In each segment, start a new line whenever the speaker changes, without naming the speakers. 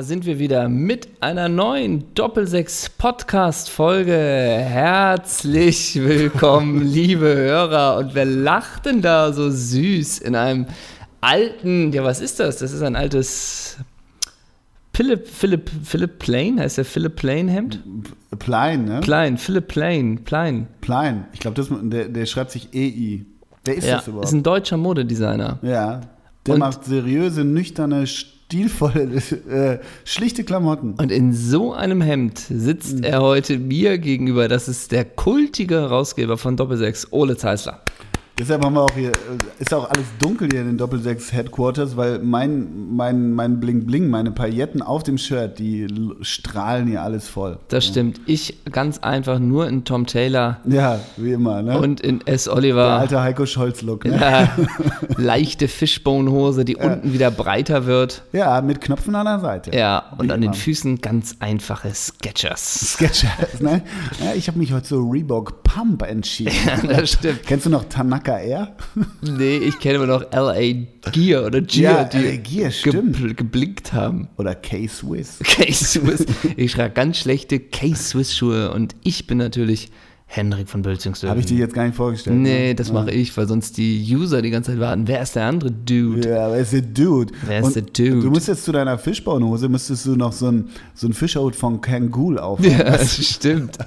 sind wir wieder mit einer neuen Doppelsechs Podcast Folge. Herzlich willkommen, liebe Hörer. Und wer lacht denn da so süß in einem alten, ja, was ist das? Das ist ein altes Philip Philip Philip Plain, heißt der Philip Plain Hemd?
Mhm. Plein, ne?
Plain, Philip Plain, Plain.
Plein. Ich glaube, der, der schreibt sich EI. Wer ist
Ja,
das überhaupt?
ist ein deutscher Modedesigner.
ja. Der
Und-
macht seriöse, nüchterne, stilvolle, äh, schlichte Klamotten.
Und in so einem Hemd
Mhm.
sitzt er heute mir gegenüber. Das ist der kultige Herausgeber von Doppelsechs, Ole Zeisler.
Deshalb haben wir auch hier, äh, ist auch alles dunkel hier in den Doppelsechs Headquarters, weil mein, mein, mein Bling Bling, meine Pailletten auf dem Shirt, die l- strahlen hier alles voll.
Das stimmt. Ich ganz einfach nur in Tom Taylor
Ja, wie immer, ne?
und in S.
der
Oliver.
alte Heiko Scholz-Look, ne?
Ja, leichte Fishbone-Hose, die unten wieder breiter wird.
Ja, mit Knöpfen an der Seite.
Ja, und
Wie
an den
immer.
Füßen ganz einfache Sketchers.
Sketchers, ne? Ja, ich habe mich heute so Reebok Pump entschieden. Ne?
Ja, das stimmt.
Kennst du noch Tanaka Air?
Nee, ich kenne immer noch L.A. Gear oder Gear,
Ja,
die
LA
gebl-
Gear, stimmt.
geblinkt haben.
Oder K-Swiss?
K-Swiss. Ich trage ganz schlechte K-Swiss-Schuhe und ich bin natürlich Henrik von
Habe
Bölzingslöwen.
ich dir jetzt gar nicht vorgestellt.
Nee,
ne?
das mache ich, weil sonst die User die ganze Zeit warten. Wer ist der andere Dude?
Ja, aber ist der Dude.
Wer ist
Und
der Dude?
Du musst jetzt zu deiner Fischbauernhose, müsstest du noch so ein, so ein Fischerhut von Kangul auf.
Ja, stimmt.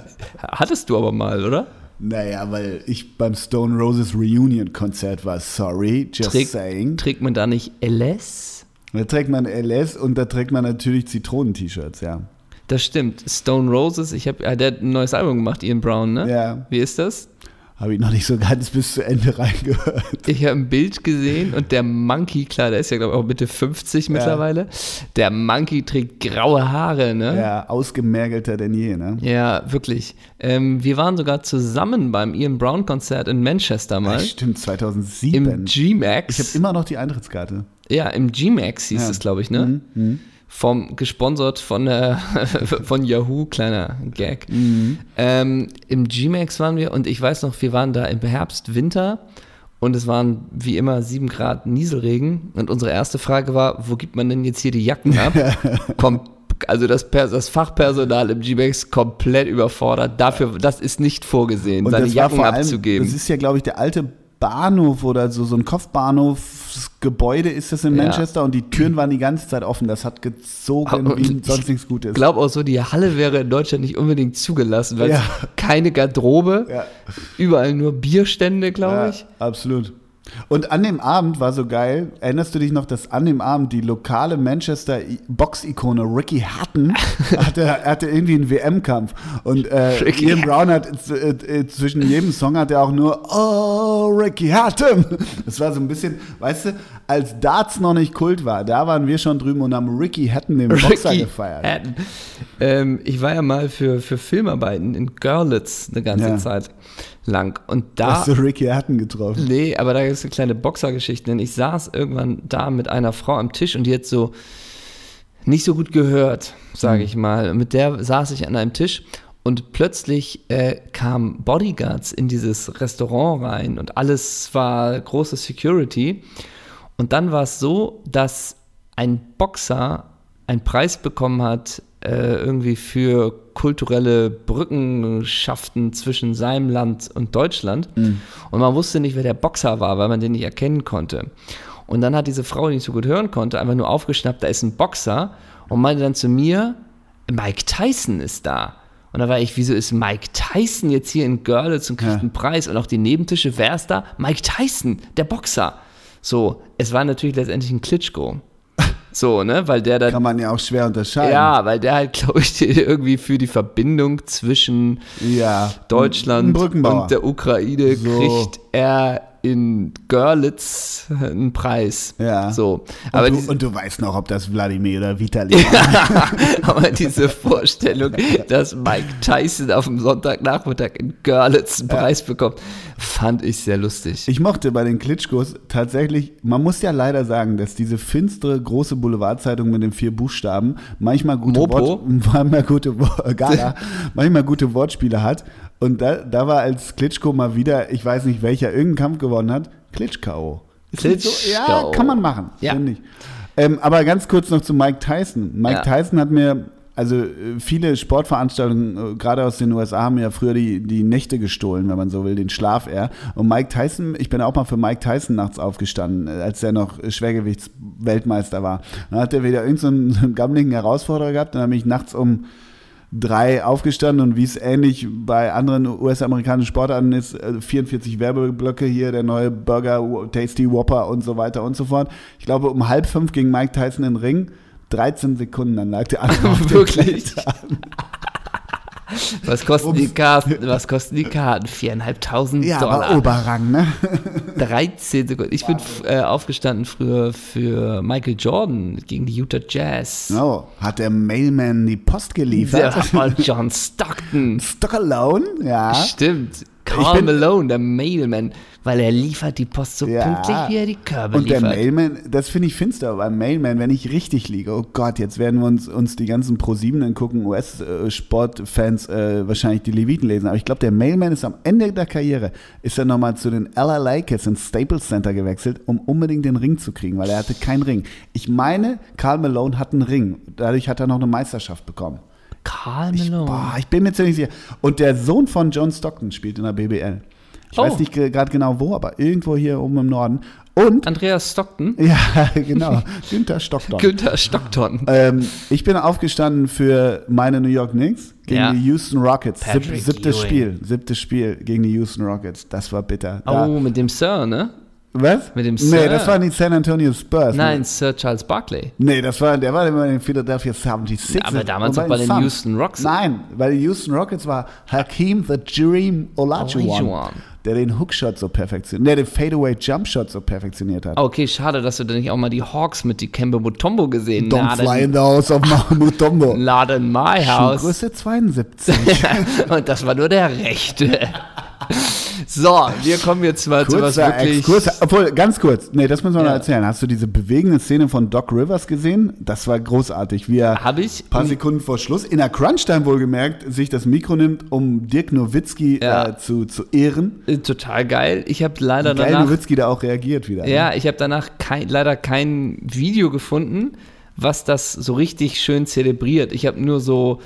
Hattest du aber mal, oder?
Naja, weil ich beim Stone Roses Reunion Konzert war. Sorry, just
Trägt,
saying.
trägt man da nicht LS?
Da trägt man LS und da trägt man natürlich Zitronen-T-Shirts, ja.
Das stimmt. Stone Roses, ich habe, der hat ein neues Album gemacht, Ian Brown, ne?
Ja,
Wie ist das?
habe ich noch nicht so ganz bis zu Ende reingehört.
Ich habe ein Bild gesehen und der Monkey, klar, der ist ja, glaube ich, auch Mitte 50 mittlerweile. Der Monkey trägt graue Haare, ne?
Ja, ausgemergelter denn je, ne?
Ja, wirklich. Ähm, wir waren sogar zusammen beim Ian Brown-Konzert in Manchester mal.
Stimmt, 2007.
Im G-Max.
ich habe immer noch die Eintrittskarte.
Ja, im G-Max hieß
Ja. Mhm,
es, glaube ich, ne? Vom, gesponsert von, äh, von Yahoo, kleiner Gag.
Mhm.
Ähm, Im G-Max waren wir und ich weiß noch, wir waren da im Herbst, Winter und es waren wie immer 7 Grad Nieselregen. Und unsere erste Frage war, wo gibt man denn jetzt hier die Jacken ab? Kom also das, Per- das Fachpersonal im G-Max komplett überfordert. Dafür, das ist nicht vorgesehen, seine
das war
Jacken
vor allem-
abzugeben.
Das ist ja, glaube ich, der alte Bahnhof oder so, so ein Kopfbahnhofsgebäude ist das in
Ja.
Manchester und die Türen waren die ganze Zeit offen. Das hat gezogen,
Und
wie
ich
sonst nichts Gutes.
glaube auch so, die Halle wäre in Deutschland nicht unbedingt zugelassen, weil
Ja.
es keine Garderobe,
Ja.
überall nur Bierstände, glaube
ja,
ich.
absolut. Und an dem Abend war so geil, erinnerst du dich noch, dass an dem Abend die lokale Manchester I- Box-Ikone Ricky Hatton hatte, hatte irgendwie einen WM-Kampf und äh,
Ricky
Ian Brown hat z- äh, äh, zwischen jedem Song hat er auch nur Oh, Ricky Hatton. Das war so ein bisschen, weißt du, als Darts noch nicht Kult war, da waren wir schon drüben und haben Ricky Hatton den Boxer
Ricky
gefeiert.
Hatton. Ähm, ich war ja mal für, für Filmarbeiten in Görlitz eine ganze
Ja.
Zeit lang. Und da.
Hast du Ricky Hatton getroffen?
Nee, aber da gibt es eine kleine Boxergeschichte, denn ich saß irgendwann da mit einer Frau am Tisch und die hat so nicht so gut gehört, sage ich mal. Und Mit der saß ich an einem Tisch und plötzlich äh, kamen Bodyguards in dieses Restaurant rein und alles war große Security. Und dann war es so, dass ein Boxer einen Preis bekommen hat, äh, irgendwie für kulturelle Brückenschaften zwischen seinem Land und Deutschland. Und man wusste nicht, wer der Boxer war, weil man den nicht erkennen konnte. Und dann hat diese Frau, die nicht so gut hören konnte, einfach nur aufgeschnappt, da ist ein Boxer und meinte dann zu mir, Mike Tyson ist da. Und da war ich, wieso ist Mike Tyson jetzt hier in Görlitz und kriegt
Ja.
einen Preis und auch die Nebentische, wer ist da? Mike Tyson, der Boxer. So, es war natürlich letztendlich ein Klitschko. So, ne, weil der dann
Kann man ja auch schwer unterscheiden.
ja, weil der halt, glaube ich, irgendwie für die Verbindung zwischen
ja. Ein
Deutschland
Brückenbauer.
und der Ukraine
So.
kriegt er in Görlitz einen Preis.
Ja.
So.
Und,
Aber,
du,
diese,
und du weißt noch, ob das Wladimir oder Vitali ist.
aber diese Vorstellung, dass Mike Tyson auf dem Sonntagnachmittag in Görlitz einen Preis bekommt, fand ich sehr lustig.
Ich mochte bei den Klitschkos tatsächlich, man muss ja leider sagen, dass diese finstere große Boulevardzeitung mit den vier Buchstaben manchmal gute,
Mopo?
Wort, manchmal gute, Wo- Gala, manchmal gute Wortspiele hat. Und da, da war als Klitschko mal wieder, ich weiß nicht welcher, irgendeinen Kampf gewonnen hat, Klitschko. Ist nicht
Klitschko.
So, ja, kann man machen,
Ja.
finde ich. Ähm, aber ganz kurz noch zu Mike Tyson. Mike
Ja.
Tyson hat mir, also äh, viele Sportveranstaltungen, äh, gerade aus den USA, haben mir ja früher die, die Nächte gestohlen, wenn man so will, den Schlaf eher. Und Mike Tyson, ich bin auch mal für Mike Tyson nachts aufgestanden, äh, als der noch Schwergewichtsweltmeister war. Dann hat er wieder irgendeinen so einen gammeligen Herausforderer gehabt und dann bin ich nachts um drei aufgestanden und wie es ähnlich bei anderen US-amerikanischen Sportarten ist, äh, 44 Werbeblöcke hier, der neue Burger, Wo- Tasty Whopper und so weiter und so fort. Ich glaube, um halb fünf ging Mike Tyson in den Ring. 13 Sekunden, dann lag der andere auf dem
Wirklich?
Feld.
Was kosten,
Ups.
die Karten, was kosten die Karten? Viereinhalbtausend
Ja, aber
Dollar.
Oberrang, ne?
13 Sekunden. Ich bin f- äh, aufgestanden früher für Michael Jordan gegen die Utah Jazz.
No, hat der Mailman die Post
Der
geliefert?
war John Stockton.
Stock alone? Ja.
Stimmt. Carl
bin-
Malone, der Mailman, weil er liefert die Post so
Ja.
pünktlich, wie er die Körbe
Und der
liefert.
Mailman, das finde ich finster beim Mailman, wenn ich richtig liege. Oh Gott, jetzt werden wir uns, uns die ganzen ProSieben angucken, US-Sportfans äh, wahrscheinlich die Leviten lesen. Aber ich glaube, der Mailman ist am Ende der Karriere, ist er nochmal zu den LA Lakers ins Staples Center gewechselt, um unbedingt den Ring zu kriegen, weil er hatte keinen Ring. Ich meine, Karl Malone hat einen Ring. Dadurch hat er noch eine Meisterschaft bekommen.
Carl Malone.
Boah, ich bin mir ziemlich sicher. Und der Sohn von John Stockton spielt in der BBL. Ich
Oh.
weiß nicht ge- gerade genau wo, aber irgendwo hier oben im Norden. Und
Andreas Stockton.
ja, genau. Günther Stockton.
Günther Stockton.
ähm, ich bin aufgestanden für meine New York Knicks gegen
Ja.
die Houston Rockets. Sieb,
Patrick
siebtes
Ewing.
Spiel. Siebtes Spiel gegen die Houston Rockets. Das war bitter. Da,
Oh, mit dem Sir, ne?
Was?
mit dem
Nee,
Sir.
das waren die San Antonio Spurs.
Nein, Sir Charles Barkley.
Nee, das war, der war immer in den Philadelphia 76.
Aber damals
Und
noch bei den
Suns.
Houston Rockets.
Nein, bei den Houston Rockets war Hakim the Dream Olajuwon,
Olajuwon.
der den Hookshot so perfektioniert, der den Fadeaway Jumpshot so perfektioniert hat.
Ah, Okay, schade, dass wir da nicht auch mal die Hawks mit die Kemba Mutombo gesehen
Don't
Not in-
fly in the house of Mahmoud Dombo.
Not in my house.
Schuhgröße 72.
Und das war nur der rechte. So, wir kommen jetzt mal zu was
Kurzer
wirklich.
Exkurs, obwohl, ganz kurz, nee, das müssen wir noch
Ja.
erzählen. Hast du diese bewegende Szene von Doc Rivers gesehen? Das war großartig, wie er
Hab ich.
ein paar Sekunden vor Schluss in der Crunchtime wohlgemerkt sich das Mikro nimmt, um Dirk Nowitzki
Ja.
äh, zu, zu ehren.
Äh, Total geil. Ich habe leider
Geil
danach.
Nowitzki da auch reagiert wieder. ne?
Ja, ich habe danach kein, leider kein Video gefunden, was das so richtig schön zelebriert. Ich habe nur so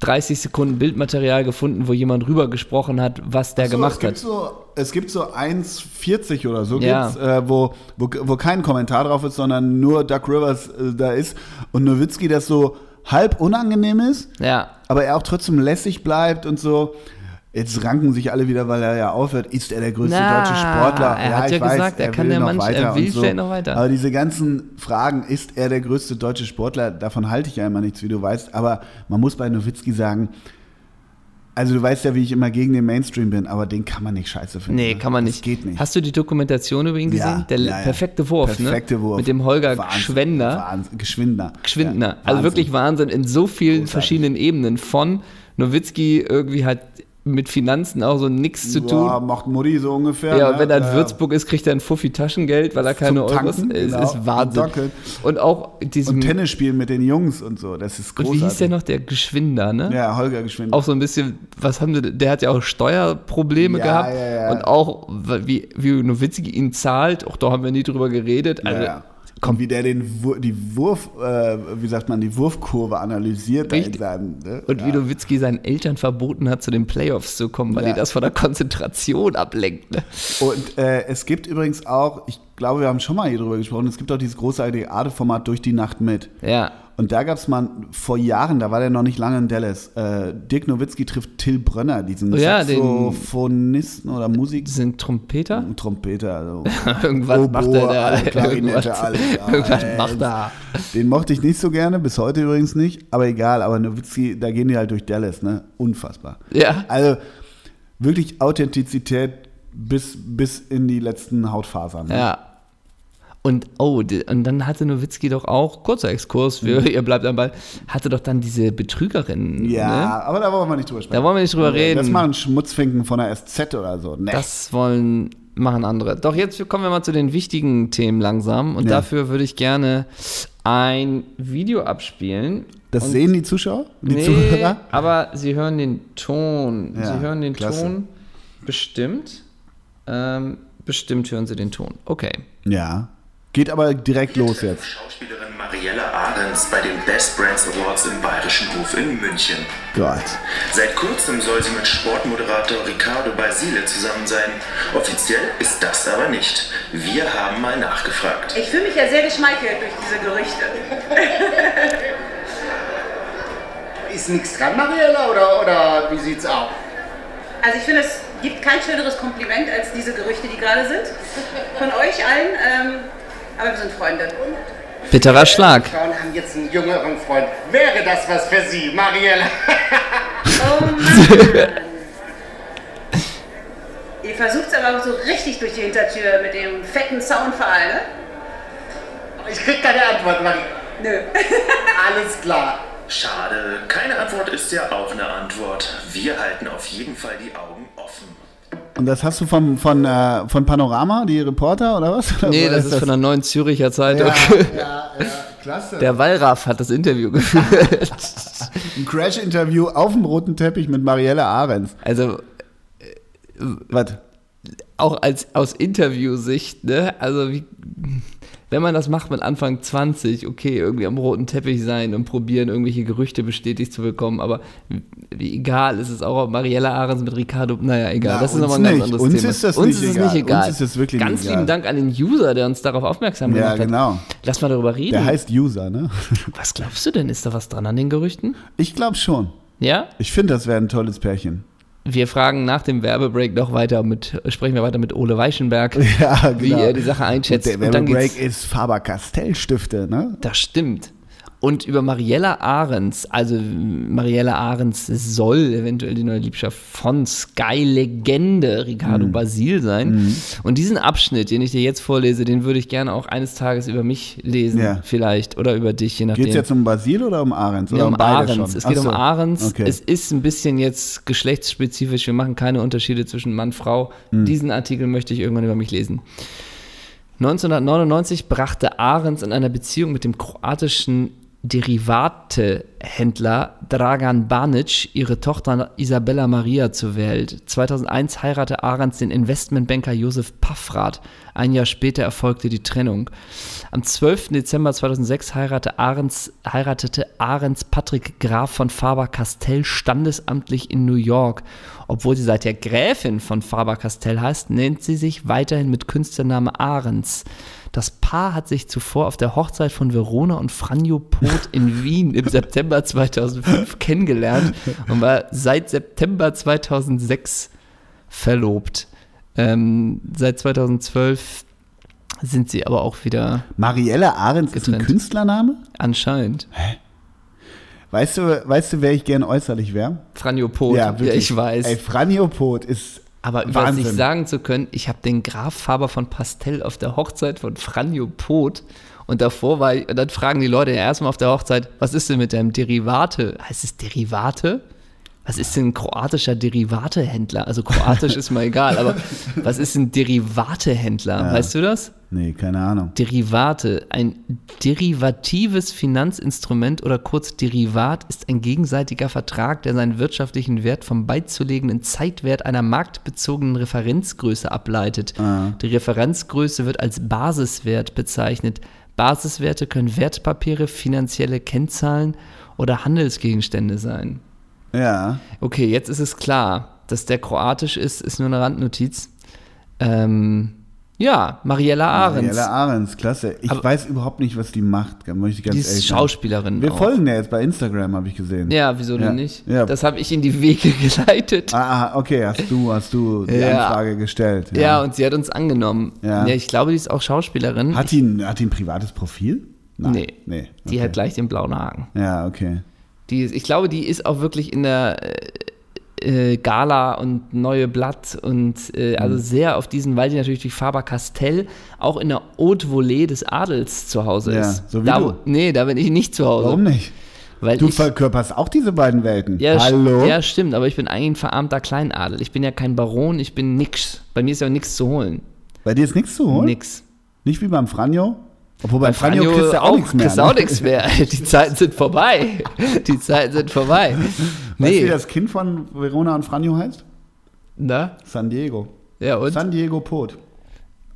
30 Sekunden Bildmaterial gefunden, wo jemand rüber gesprochen hat, was der
So, es
gemacht
gibt
hat.
So, es gibt so 1,40 oder so,
Ja.
gibt's, äh, wo, wo, wo kein Kommentar drauf ist, sondern nur Doug Rivers äh, da ist und Nowitzki das so halb unangenehm ist,
Ja.
aber er auch trotzdem lässig bleibt und so. Jetzt ranken sich alle wieder, weil er ja aufhört. Ist er der größte
Na,
deutsche Sportler?
er hat ja gesagt, er kann
will
der
noch
Mann-
weiter
er will
und so.
vielleicht noch weiter.
Aber diese ganzen Fragen, ist er der größte deutsche Sportler? Davon halte ich ja immer nichts, wie du weißt. Aber man muss bei Nowitzki sagen, also du weißt ja, wie ich immer gegen den Mainstream bin, aber den kann man nicht scheiße finden.
Nee,
ne?
kann man
das
nicht.
geht nicht.
Hast du die Dokumentation über ihn gesehen? Der perfekte Wurf, ne?
perfekte Wurf.
Mit dem Holger
Wahnsinn,
Schwender.
Wahnsinn, Geschwindner.
Geschwindner.
Ja,
also
Wahnsinn.
wirklich Wahnsinn in so vielen
Großartig.
verschiedenen Ebenen. Von Nowitzki irgendwie hat mit Finanzen auch so nichts zu
Ja,
tun.
macht Mutti so ungefähr.
Ja,
ne?
und wenn er in
Ja, ja.
Würzburg ist, kriegt er ein Fuffi Taschengeld, weil er keine Euros
Tanken,
Es
genau.
ist Wahnsinn.
Und Dackel.
Und auch diesem.
Und
Und,
Tennis spielen mit den Jungs und so. Das ist großartig.
wie hieß der noch? Der Geschwinder, ne?
Ja, Holger Geschwind.
Auch so ein bisschen, was haben sie, der hat ja auch Steuerprobleme
Ja,
gehabt.
ja, ja.
Und auch, wie, wie Nowitzki ihn zahlt, auch da haben wir nie drüber geredet. Also,
ja, ja. Und wie der den Wur die Wurf, äh, wie sagt man, die Wurfkurve analysiert da in
Richtig.
seinem, ne?
Und
ja.
wie Nowitzki seinen Eltern verboten hat, zu den Playoffs zu kommen, weil
Ja.
die das von der Konzentration ablenkt. Ne?
Und äh, es gibt übrigens auch, ich glaube, wir haben schon mal hier drüber gesprochen, es gibt auch dieses großartige Arte-Format durch die Nacht mit.
Ja.
Und da gab es mal vor Jahren, da war der noch nicht lange in Dallas, äh, Dirk Nowitzki trifft Till Brönner, diesen
Oh ja, den-
Saxophonisten oder Musik.
Sind Trompeter?
Trompeter, also
Irgendwas macht er da.
alle Klarinette,
irgendwas
alles. ja,
irgendwas
ey.
macht er.
Den mochte ich nicht so gerne, bis heute übrigens nicht. Aber egal, aber Nowitzki, da gehen die halt durch Dallas, ne? Unfassbar.
Ja.
Also wirklich Authentizität bis, bis in die letzten Hautfasern. Ne?
Ja. Und oh, di- und dann hatte Nowitzki doch auch, kurzer Exkurs,
Mhm.
wir, ihr bleibt am Ball, hatte doch dann diese Betrügerin.
Ja,
Ne?
aber da wollen wir nicht drüber sprechen.
Da wollen wir nicht drüber reden.
Das mal ein Schmutzfinken von der SZ oder so. Ne.
Das wollen machen andere. Doch jetzt kommen wir mal zu den wichtigen Themen langsam. Und
Ja.
dafür würde ich gerne ein Video abspielen.
Das
und
sehen die Zuschauer, die
nee,
Zuhörer.
aber sie hören den Ton.
Ja,
sie hören den
klasse.
Ton. Bestimmt. Ähm, bestimmt hören sie den Ton. Okay.
Ja. Geht aber direkt los jetzt.
Schauspielerin Marielle Ahrens bei den Best Brands Awards im Bayerischen Hof in München.
Gott.
Seit kurzem soll sie mit Sportmoderator Ricardo Basile zusammen sein. Offiziell ist das aber nicht. Wir haben mal nachgefragt.
Ich fühle mich ja sehr geschmeichelt durch diese Gerüchte.
Ist nichts dran, Mariella, oder, oder wie sieht's aus?
Also ich finde, es gibt kein schöneres Kompliment als diese Gerüchte, die gerade sind. Von euch allen. Ähm, aber wir sind Freunde.
Bitterer Schlag.
Frauen haben jetzt einen jüngeren Freund. Wäre das was für Sie, Mariella?
Oh Mann. Ihr versucht es aber so richtig durch die Hintertür mit dem fetten Soundfall, ne?
Ich krieg keine Antwort, Mariella.
Nö.
Alles klar.
Schade, keine Antwort ist ja auch eine Antwort. Wir halten auf jeden Fall die Augen offen.
Und das hast du von, von, äh, von Panorama, die Reporter oder was? Oder
Nee,
wo Ah,
das ist von der neuen Züricher Zeitung.
Ja, ja, klasse.
Der Wallraff hat das Interview geführt.
ein Crash-Interview auf dem roten Teppich mit Marielle Ahrens.
Also
Was?
auch als aus Interviewsicht, ne? Also wie, wenn man das macht mit Anfang 20, okay, irgendwie am roten Teppich sein und probieren, irgendwelche Gerüchte bestätigt zu bekommen, aber wie egal ist es auch, ob Mariella Ahrens mit Ricardo, naja, egal,
Na,
das ist
uns
nochmal ein ganz
nicht.
anderes
Uns
Thema.
ist das
uns
nicht
ist
egal.
es nicht egal.
Uns ist es wirklich
ganz
nicht
lieben
egal.
Dank an den User, der uns darauf aufmerksam
Ja,
gemacht hat.
genau.
Lass mal darüber reden.
Der heißt User, ne?
Was glaubst du denn? Ist da was dran an den Gerüchten?
Ich glaube schon.
Ja?
Ich finde, das wäre ein tolles Pärchen.
Wir fragen nach dem Werbebreak noch weiter mit, sprechen wir weiter mit Ole Weichenberg,
Ja, genau.
wie er die Sache einschätzt.
Der
Und dann geht's-
Werbebreak ist Faber-Castell-Stifte, ne?
Das stimmt. Und über Mariella Ahrens, also Mariella Ahrens soll eventuell die neue Liebschaft von Sky-Legende Ricardo
Mhm.
Basil sein. Und diesen Abschnitt, den ich dir jetzt vorlese, den würde ich gerne auch eines Tages über mich lesen,
Ja.
vielleicht, oder über dich, je nachdem.
Geht es jetzt um Basil oder um Ahrens?
Nee,
oder
um
beide
Ahrens.
schon?
Es geht
Ach so.
um Ahrens.
Okay.
Es ist ein bisschen jetzt geschlechtsspezifisch. Wir machen keine Unterschiede zwischen Mann, Frau.
Mhm.
Diesen Artikel möchte ich irgendwann über mich lesen. 1999 brachte Ahrens in einer Beziehung mit dem kroatischen Derivatehändler Dragan Banic ihre Tochter Isabella Maria zur Welt. 2001 heiratete Ahrens den Investmentbanker Josef Paffrath. Ein Jahr später erfolgte die Trennung. Am 12. Dezember 2006 heiratete Ahrens, heiratete Ahrens Patrick Graf von Faber-Castell standesamtlich in New York. Obwohl sie seither Gräfin von Faber-Castell heißt, nennt sie sich weiterhin mit Künstlername Ahrens. Das Paar hat sich zuvor auf der Hochzeit von Verona und Franjo Poth in Wien im September 2005 kennengelernt und war seit September 2006 verlobt. Ähm, seit 2012 sind sie aber auch wieder
Marielle Ahrens ist ein
Getrennt.
Künstlername?
anscheinend.
Weißt du, weißt du, wer ich gern äußerlich wäre?
Franjo Poth, ja, ich weiß.
Ey, Franjo Pot ist
aber über
Wahnsinn.
sich sagen zu können, ich habe den Graf Faber von Pastell auf der Hochzeit von Franjo Poth und davor war ich, und dann fragen die Leute ja erstmal auf der Hochzeit, was ist denn mit deinem Derivate? Heißt es Derivate? Was ist denn ein kroatischer Derivatehändler? Also kroatisch ist mal egal, aber was ist ein Derivatehändler? Weißt du das?
Nee, keine Ahnung.
Derivate. Ein derivatives Finanzinstrument oder kurz Derivat ist ein gegenseitiger Vertrag, der seinen wirtschaftlichen Wert vom beizulegenden Zeitwert einer marktbezogenen Referenzgröße ableitet. Die Referenzgröße wird als Basiswert bezeichnet. Basiswerte können Wertpapiere, finanzielle Kennzahlen oder Handelsgegenstände sein.
Ja.
Okay, jetzt ist es klar, dass der kroatisch ist, ist nur eine Randnotiz. Ähm, ja, Mariella Ahrens.
Marielle Ahrens, klasse. Ich
Aber-
weiß überhaupt nicht, was die macht. da Muss ich ganz
Die
ehrlich
ist
sagen.
Schauspielerin.
Wir
auch.
folgen ja jetzt bei Instagram, habe ich gesehen.
Ja, wieso
Ja.
denn nicht?
Ja.
Das habe ich in die Wege geleitet.
Ah, okay, hast du, hast du die
Ja.
Anfrage gestellt.
ja. und sie hat uns angenommen.
Ja.
Ja, ich glaube, die ist auch Schauspielerin.
Hat die, ein, hat die ein privates Profil? Nein.
Nee.
nee.
Die hat gleich den blauen Haken.
Ja, okay.
Die ist, ich glaube, die ist auch wirklich in der äh, äh, Gala und Neue Blatt und äh,
Mhm.
also sehr auf diesen, weil die natürlich durch Faber Castell auch in der Haute Volée des Adels zu Hause
Ja,
ist.
so wie
da,
du.
Nee, da bin ich nicht zu Hause.
Warum nicht?
Weil
Du
ich,
verkörperst auch diese beiden Welten.
Ja, st-
Hallo?
Ja, stimmt, aber ich bin eigentlich ein verarmter Kleinadel. Ich bin ja kein Baron, ich bin nix. Bei mir ist ja nichts zu holen.
Bei dir ist nichts zu holen?
Nix.
Nicht wie beim Franjo? Obwohl beim Franjo, kriegst du auch, nichts mehr. ne?
kriegst du auch nichts mehr. Die Zeiten sind vorbei. Die Zeiten sind vorbei.
Weißt du, wie
Nee.
das Kind von Verona und Franjo heißt?
Na?
San Diego.
Ja, und?
San Diego Pot.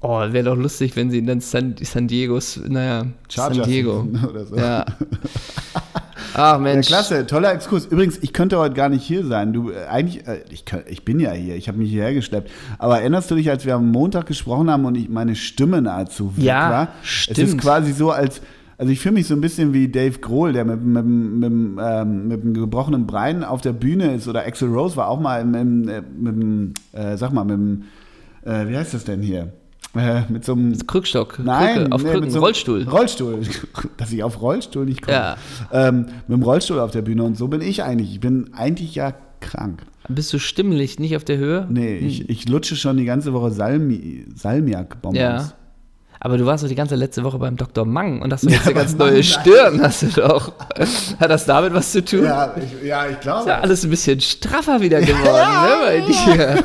Oh, wäre doch lustig, wenn sie ihn dann San, San Diegos, naja,
Chargers
San Diego.
sind oder so.
Ja. Ach
Ja,
Mensch.
klasse, toller Exkurs. Übrigens, ich könnte heute gar nicht hier sein. Du, äh, eigentlich, äh, ich, kö- ich bin ja hier, ich habe mich hierher geschleppt. Aber erinnerst du dich, als wir am Montag gesprochen haben und ich meine Stimme nahezu weg
Ja,
war? Es ist
stimmt.
quasi so, als, also ich fühle mich so ein bisschen wie Dave Grohl, der mit, mit, mit, ähm, mit einem gebrochenen Bein auf der Bühne ist. Oder Axel Rose war auch mal im, im, äh, mit dem, äh, sag mal, mit dem, äh, wie heißt das denn hier? Äh, mit so einem
Krückstock.
Nein,
Krücke, auf
nee,
Krücken,
mit so einem
Rollstuhl.
Rollstuhl. Dass ich auf Rollstuhl nicht komme.
Ja.
Ähm, mit dem Rollstuhl auf der Bühne und so bin ich eigentlich. Ich bin eigentlich ja krank.
Bist du stimmlich nicht auf der Höhe?
Nee, ich, ich lutsche schon die ganze Woche Salmi, Salmiak-Bonbons.
Ja. Aber du warst doch die ganze letzte Woche beim Dr. Mang und hast du jetzt eine
aber
ganz
Mang,
neue
nein.
Stirn, hast du doch. Hat das damit was zu tun?
Ja, ich, ja, ich glaube.
Ist ja alles ein bisschen straffer wieder geworden, ne, bei dir.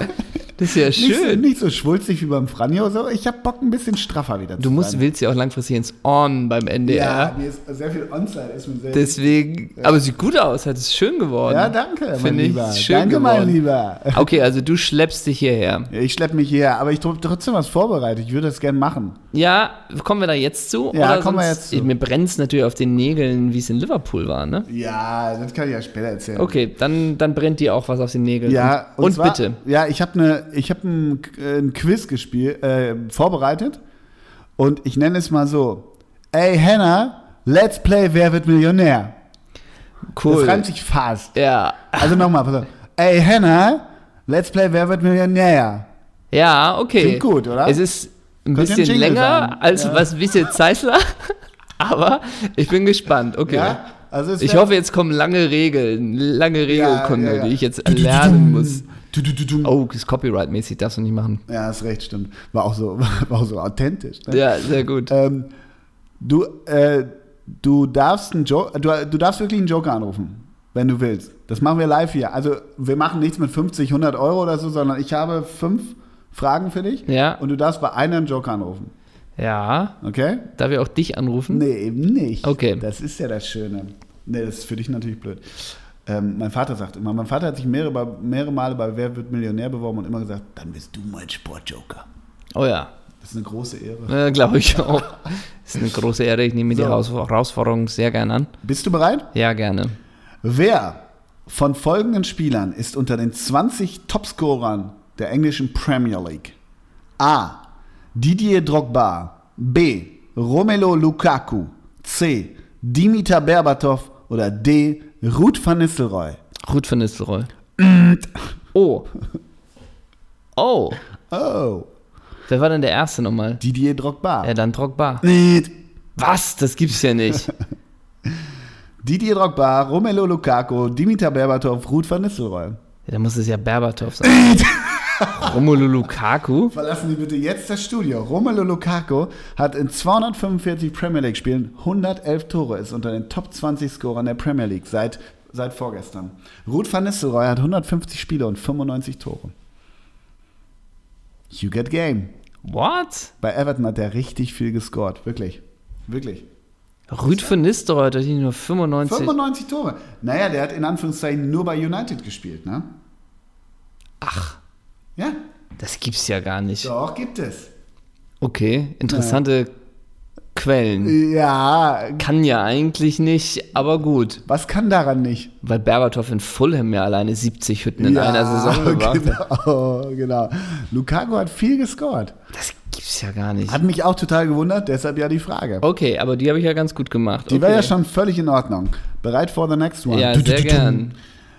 Das ist ja
nicht, so-
schön.
nicht so schwulzig wie beim Franjo, so. ich habe Bock, ein bisschen straffer wieder zu
Du musst,
sein.
willst ja auch langfristig ins On beim
Ja,
NDR.
mir ist sehr viel Onside ist mir sehr
Deswegen, aber sieht gut aus, hat es schön geworden.
Ja, danke, mein
Finde ich
Lieber.
schön
danke,
geworden.
mein Lieber.
Okay, also du schleppst dich hierher.
Ja, Ich schleppe mich hierher, aber ich habe trotzdem was vorbereitet. Ich würde das gern machen.
Ja, kommen wir da jetzt zu?
Ja,
Oder
kommen wir
sonst-
jetzt zu.
Mir brennt es natürlich auf den Nägeln, wie es in Liverpool war, ne?
Ja, das kann ich ja später erzählen.
Okay, dann, dann brennt dir auch was auf den Nägeln.
Ja,
und,
zwar-
bitte.
Ja, ich habe ne, ich hab ein, äh, ein Quiz gespielt, äh, vorbereitet und ich nenne es mal so. Ey, Hannah, let's play Wer wird Millionär?
Cool.
Das reimt sich fast.
Ja.
Also nochmal, pass auf. Ey, Hannah, let's play Wer wird Millionär?
Ja, okay.
Klingt gut, oder?
Es ist ein
Könnte ein
bisschen
Jingle
länger
sein.
als
Ja.
was Wiesel Zeisler, aber ich bin gespannt. Okay.
Ja? Also es
Ich
wär-
hoffe, jetzt kommen lange Regeln, lange Regeln
Ja,
kommen,
ja, ja.
die ich jetzt erlernen muss.
Du, du, du, du.
Oh, das ist Copyright-mäßig, darfst du nicht machen.
Ja, ist recht, stimmt. War auch so, war auch so authentisch. Ne?
Ja, sehr gut.
Ähm, du, äh, du, darfst einen jo du, du darfst wirklich einen Joker anrufen, wenn du willst. Das machen wir live hier. Also wir machen nichts mit 50, 100 Euro oder so, sondern ich habe fünf Fragen für dich.
Ja.
Und du darfst bei einer einen Joker anrufen.
Ja,
Okay?
darf ich auch dich anrufen?
Nee, eben nicht.
Okay.
Das ist ja das Schöne. Nee, das ist für dich natürlich blöd. Ähm, mein Vater sagt immer, mein Vater hat sich mehrere, mehrere Male bei Wer wird Millionär beworben und immer gesagt, dann bist du mein Sportjoker.
Oh ja,
Das ist eine große Ehre.
äh, glaube ich auch. ist eine große Ehre, ich nehme die
So.
Haus- Herausforderung sehr gerne an.
Bist du bereit?
Ja, gerne.
Wer von folgenden Spielern ist unter den 20 Topscorern der englischen Premier League? A. Didier Drogba. B. Romelo Lukaku. C. Dimitar Berbatov. Oder D. Ruth van Nistelrooy.
Ruth van Nistelrooy. Oh. Oh.
Oh.
Wer war denn der Erste nochmal?
Didier Drogba.
Ja, dann Drogba.
Nicht.
Was? Das gibt's ja nicht.
Didier Drogba, Romelo Lukaku, Dimitar Berbatov, Ruth van Nistelrooy.
Ja, dann muss es ja Berbatov sein. Romelu Lukaku?
Verlassen Sie bitte jetzt das Studio. Romelu Lukaku hat in 245 Premier League Spielen 111 Tore, ist unter den Top 20 Scorern der Premier League seit, seit vorgestern. Ruth van Nistelrooy hat 150 Spiele und 95 Tore. You get game.
What?
Bei Everton hat er richtig viel gescored, wirklich. Wirklich.
Rüd van Nistelrooy hat doch nicht nur 95.
95 Tore. Naja, der hat in Anführungszeichen nur bei United gespielt, ne?
Ach,
Ja,
das gibt's ja gar nicht.
doch, gibt es.
Okay, interessante
Äh.
Quellen.
Ja,
Kann ja eigentlich nicht, aber gut.
was kann daran nicht?
Weil Berbatov in Fulham ja alleine 70 Hütten in einer Saison gebracht hat.
genau, genau. Lukaku hat viel gescored.
Das gibt's ja gar nicht.
Hat mich auch total gewundert, deshalb ja die Frage.
Okay, aber die habe ich ja ganz gut gemacht.
Die
okay.
war ja schon völlig in Ordnung. Bereit for the next one.
Ja,
Du, du,
sehr
du, du.
gern.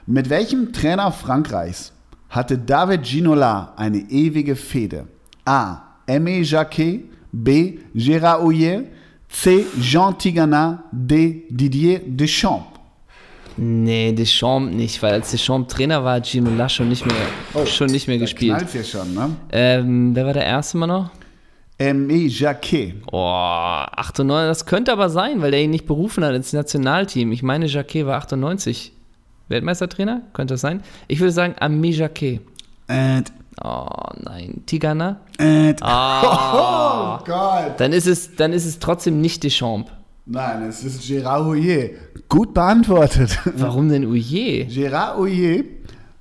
Mit welchem Trainer Frankreichs hatte David Ginola eine ewige Fehde? A. Aimé Jacquet. B. Gérard Houllier. C. Jean Tigana. D. Didier Deschamps.
Nee, Deschamps nicht, weil als Deschamps Trainer war, hat Ginola schon nicht mehr, schon nicht mehr
Oh. da
gespielt.
knallt's hier schon, ne?
Ähm, wer war der erste mal noch?
Aimé Jacquet.
Oh, 98, das könnte aber sein, weil der ihn nicht berufen hat ins Nationalteam. Ich meine, Jacquet war 98 Weltmeistertrainer, könnte das sein? Ich würde sagen, Ami Jacquet.
And,
Oh nein, Tigana?
and.
Ah.
oh Gott.
Dann ist es, dann ist es trotzdem nicht Deschamps.
Nein, es ist Gérard Houllier. Gut beantwortet.
Warum denn Ouje?
Gérard Houllier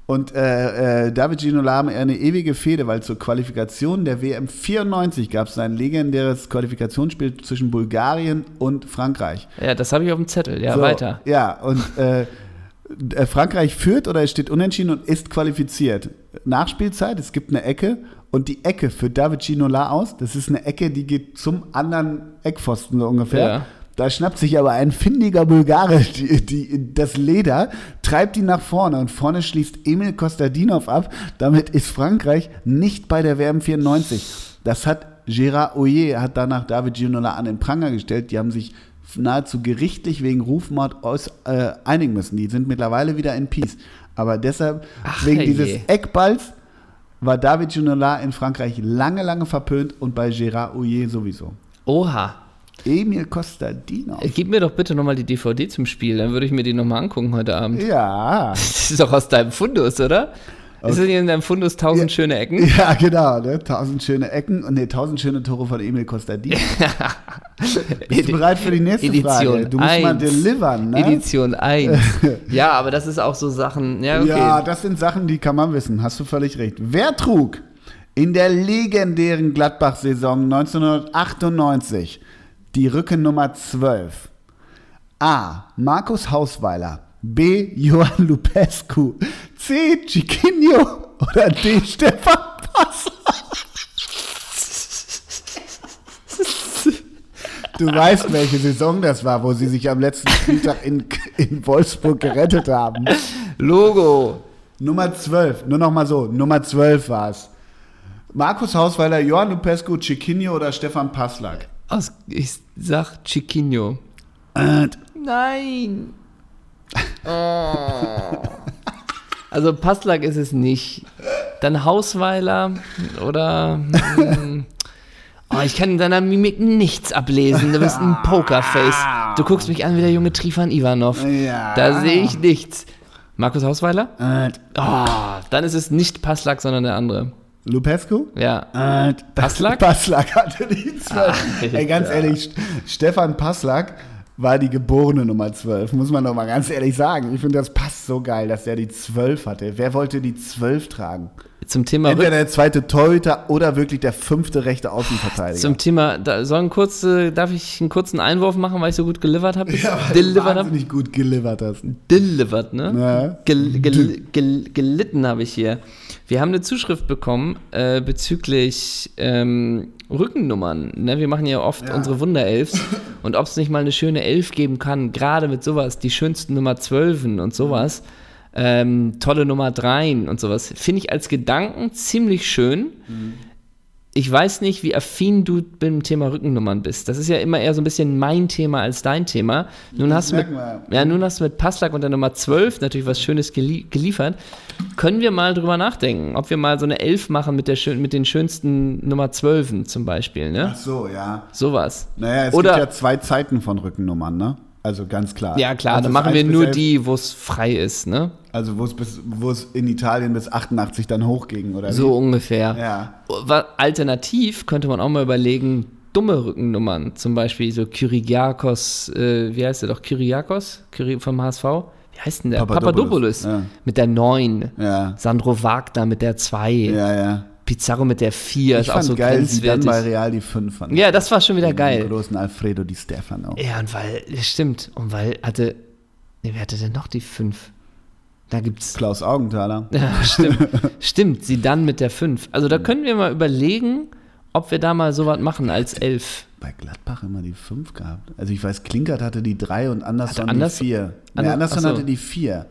Und äh, äh, David Ginola eine ewige Fehde, weil zur Qualifikation der WM 94 gab es ein legendäres Qualifikationsspiel zwischen Bulgarien und Frankreich.
Ja, das habe ich auf dem Zettel. Ja,
So,
weiter.
Ja, und äh, äh, Frankreich führt oder es steht unentschieden und ist qualifiziert. Nachspielzeit, es gibt eine Ecke und die Ecke führt David Ginola aus. Das ist eine Ecke, die geht zum anderen Eckpfosten so ungefähr.
Ja.
Da schnappt sich aber ein findiger Bulgare die, die, das Leder, treibt ihn nach vorne und vorne schließt Emil Kostadinov ab. Damit ist Frankreich nicht bei der WM 94. Das hat Gérard Oyer hat danach David Ginola an den Pranger gestellt. Die haben sich nahezu gerichtlich wegen Rufmord aus, äh, einigen müssen. Die sind mittlerweile wieder in Peace. Aber deshalb,
Ach,
wegen
herrje.
dieses Eckballs, war David Ginola in Frankreich lange, lange verpönt und bei Gérard Oyer sowieso.
Oha.
Emil Kostadinov.
Äh, Gib mir doch bitte nochmal die DVD zum Spiel, dann würde ich mir die nochmal angucken heute Abend.
Ja.
Das ist doch aus deinem Fundus, oder? Ist das nicht in deinem Fundus tausend schöne Ecken?
Ja, genau, ne? Tausend schöne Ecken und ne, tausend schöne Tore von Emil Kostadin. Bist du bereit für die nächste Frage? Du musst mal
eins.
delivern, ne?
Edition 1. ja, aber das ist auch so Sachen. Ja, okay.
Ja, das sind Sachen, die kann man wissen. Hast du völlig recht. Wer trug in der legendären Gladbach-Saison 1998 die Rückennummer 12? A. Markus Hausweiler. B. Johann Lupescu. C. Chiquinho. Oder D. Stefan Passer. Du weißt, welche Saison das war, wo sie sich am letzten Spieltag in, in Wolfsburg gerettet haben.
Logo.
Nummer 12, nur noch mal so, Nummer 12 war es. Markus Hausweiler, Johann Lupescu, Chiquinho oder Stefan Passlack?
Aus, ich sag Chiquinho. Nein.
Oh.
Also Passlack ist es nicht. Dann Hausweiler oder. mm, Oh, ich kann in deiner Mimik nichts ablesen. Du bist ein
Ah.
Pokerface. Du guckst mich an wie der junge Trifan Ivanov.
Ja.
Da sehe ich nichts. Markus Hausweiler?
Und
Oh, dann ist es nicht Passlack, sondern der andere.
Lupescu?
Ja.
Und
Passlack? Ah,
Passlack hatte die 12.
Alter.
Ey, ganz ehrlich, St- Stefan Passlack war die geborene Nummer 12, muss man doch mal ganz ehrlich sagen. Ich finde, das passt so geil, dass er die 12 hatte. Wer wollte die 12 tragen?
Zum Thema
Entweder der zweite Torhüter oder wirklich der fünfte rechte Außenverteidiger.
Zum Thema, da, soll ein kurz, äh, darf ich einen kurzen Einwurf machen, weil ich so gut gelivert habe?
ja, weil du
Delivered habe?
wahnsinnig gut gelivert hast.
Delivered, ne?
Ja.
Gel, gel, gel, gelitten habe ich hier. Wir haben eine Zuschrift bekommen äh, bezüglich ähm, Rückennummern. Ne? Wir machen ja oft unsere Wunderelfs. und ob es nicht mal eine schöne Elf geben kann, gerade mit sowas, die schönsten Nummer 12 und sowas, ähm, tolle Nummer 3 und sowas, finde ich als Gedanken ziemlich schön. Ich weiß nicht, wie affin du beim Thema Rückennummern bist. Das ist ja immer eher so ein bisschen mein Thema als dein Thema. Nun hast du mit,
merken wir.
ja, nun hast du mit Passlack und der Nummer 12 natürlich was Schönes gelie geliefert. Können wir mal drüber nachdenken, ob wir mal so eine 11 machen mit, der schön mit den schönsten Nummer 12 zum Beispiel, ne?
Ach so, ja.
Sowas.
Naja, es
Oder,
gibt ja zwei Zeiten von Rückennummern, ne? Also ganz klar.
ja, klar,
also
dann
es
machen
eins
wir
bis
nur
elf,
die, wo es frei ist, ne?
Also wo es bis, wo es in Italien bis 88 dann hochging, oder?
So
wie?
ungefähr.
Mhm. Ja.
Wa- Alternativ könnte man auch mal überlegen, dumme Rückennummern, zum Beispiel so Kyriakos, äh, wie heißt der doch, Kyriakos Kyri vom HSV? Wie heißt denn der? Papadopoulos,
Papadopoulos. Ja.
mit der 9.
Ja.
Sandro Wagner mit der 2.
Ja, ja.
Pizarro mit der 4
Ich
ist auch
fand
so
geil, die dann bei
grenzwertig.
Real die 5 fand.
Ja, das war schon wieder
Den
geil.
großen Alfredo Di Stefano.
Ja, und weil, stimmt, und weil hatte, nee, wer hatte denn noch die 5? Da gibt's
Klaus Augenthaler.
Ja, stimmt. stimmt, sie dann mit der 5. Also da können wir mal überlegen, ob wir da mal sowas machen als 11.
Bei Gladbach immer die 5 gehabt. Also ich weiß, Klinkert hatte die 3 und Andersson
Hatte Anders-
die 4. Nee,
Ander-
Andersson
Ach so.
hatte die 4.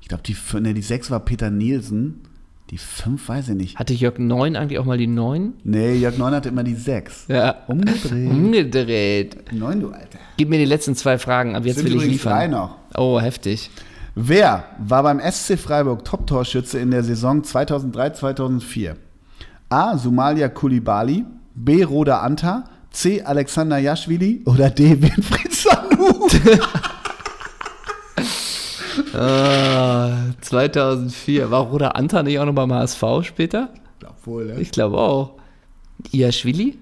Ich glaube, die, fün- nee, die 6 war Peter Nielsen. Die 5 weiß ich nicht.
Hatte Jörg 9 eigentlich auch mal die 9?
Nee, Jörg Neun hatte immer die 6.
Ja. Mhm.
Umgedreht.
Umgedreht.
Neun, du Alter.
Gib mir die letzten zwei Fragen, aber jetzt
Sind
will ich
übrigens drei
liefern.
noch.
Oh, heftig.
Wer war beim SC Freiburg Top-Torschütze in der Saison 2003-2004? A. Somalia Kulibali, B. Roda Anta, C. Alexander Jaschwili oder D. Winfried Sanu?
2004. Ah, War Roda Anta nicht auch noch beim HSV später?
Obwohl, ne?
Ich glaube auch. Iaschwili?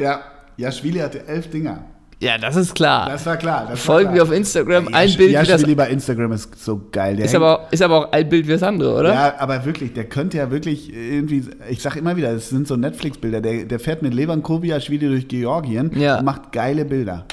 Ja, Jaschwili hatte elf Dinger.
Ja, das ist klar.
Das war klar. Das
Folgen
war
wir
klar.
auf Instagram.
Ja,
Ein Bild
ja,
wie das.
Schwili bei Instagram ist so geil. Der
Ist
hängt-
aber, ist aber auch ein Bild wie das andere, oder?
ja, aber wirklich, der könnte ja wirklich irgendwie, ich sag immer wieder, das sind so Netflix-Bilder. Der, der fährt mit Levan Kobiaschwili durch Georgien
Ja.
und macht geile Bilder.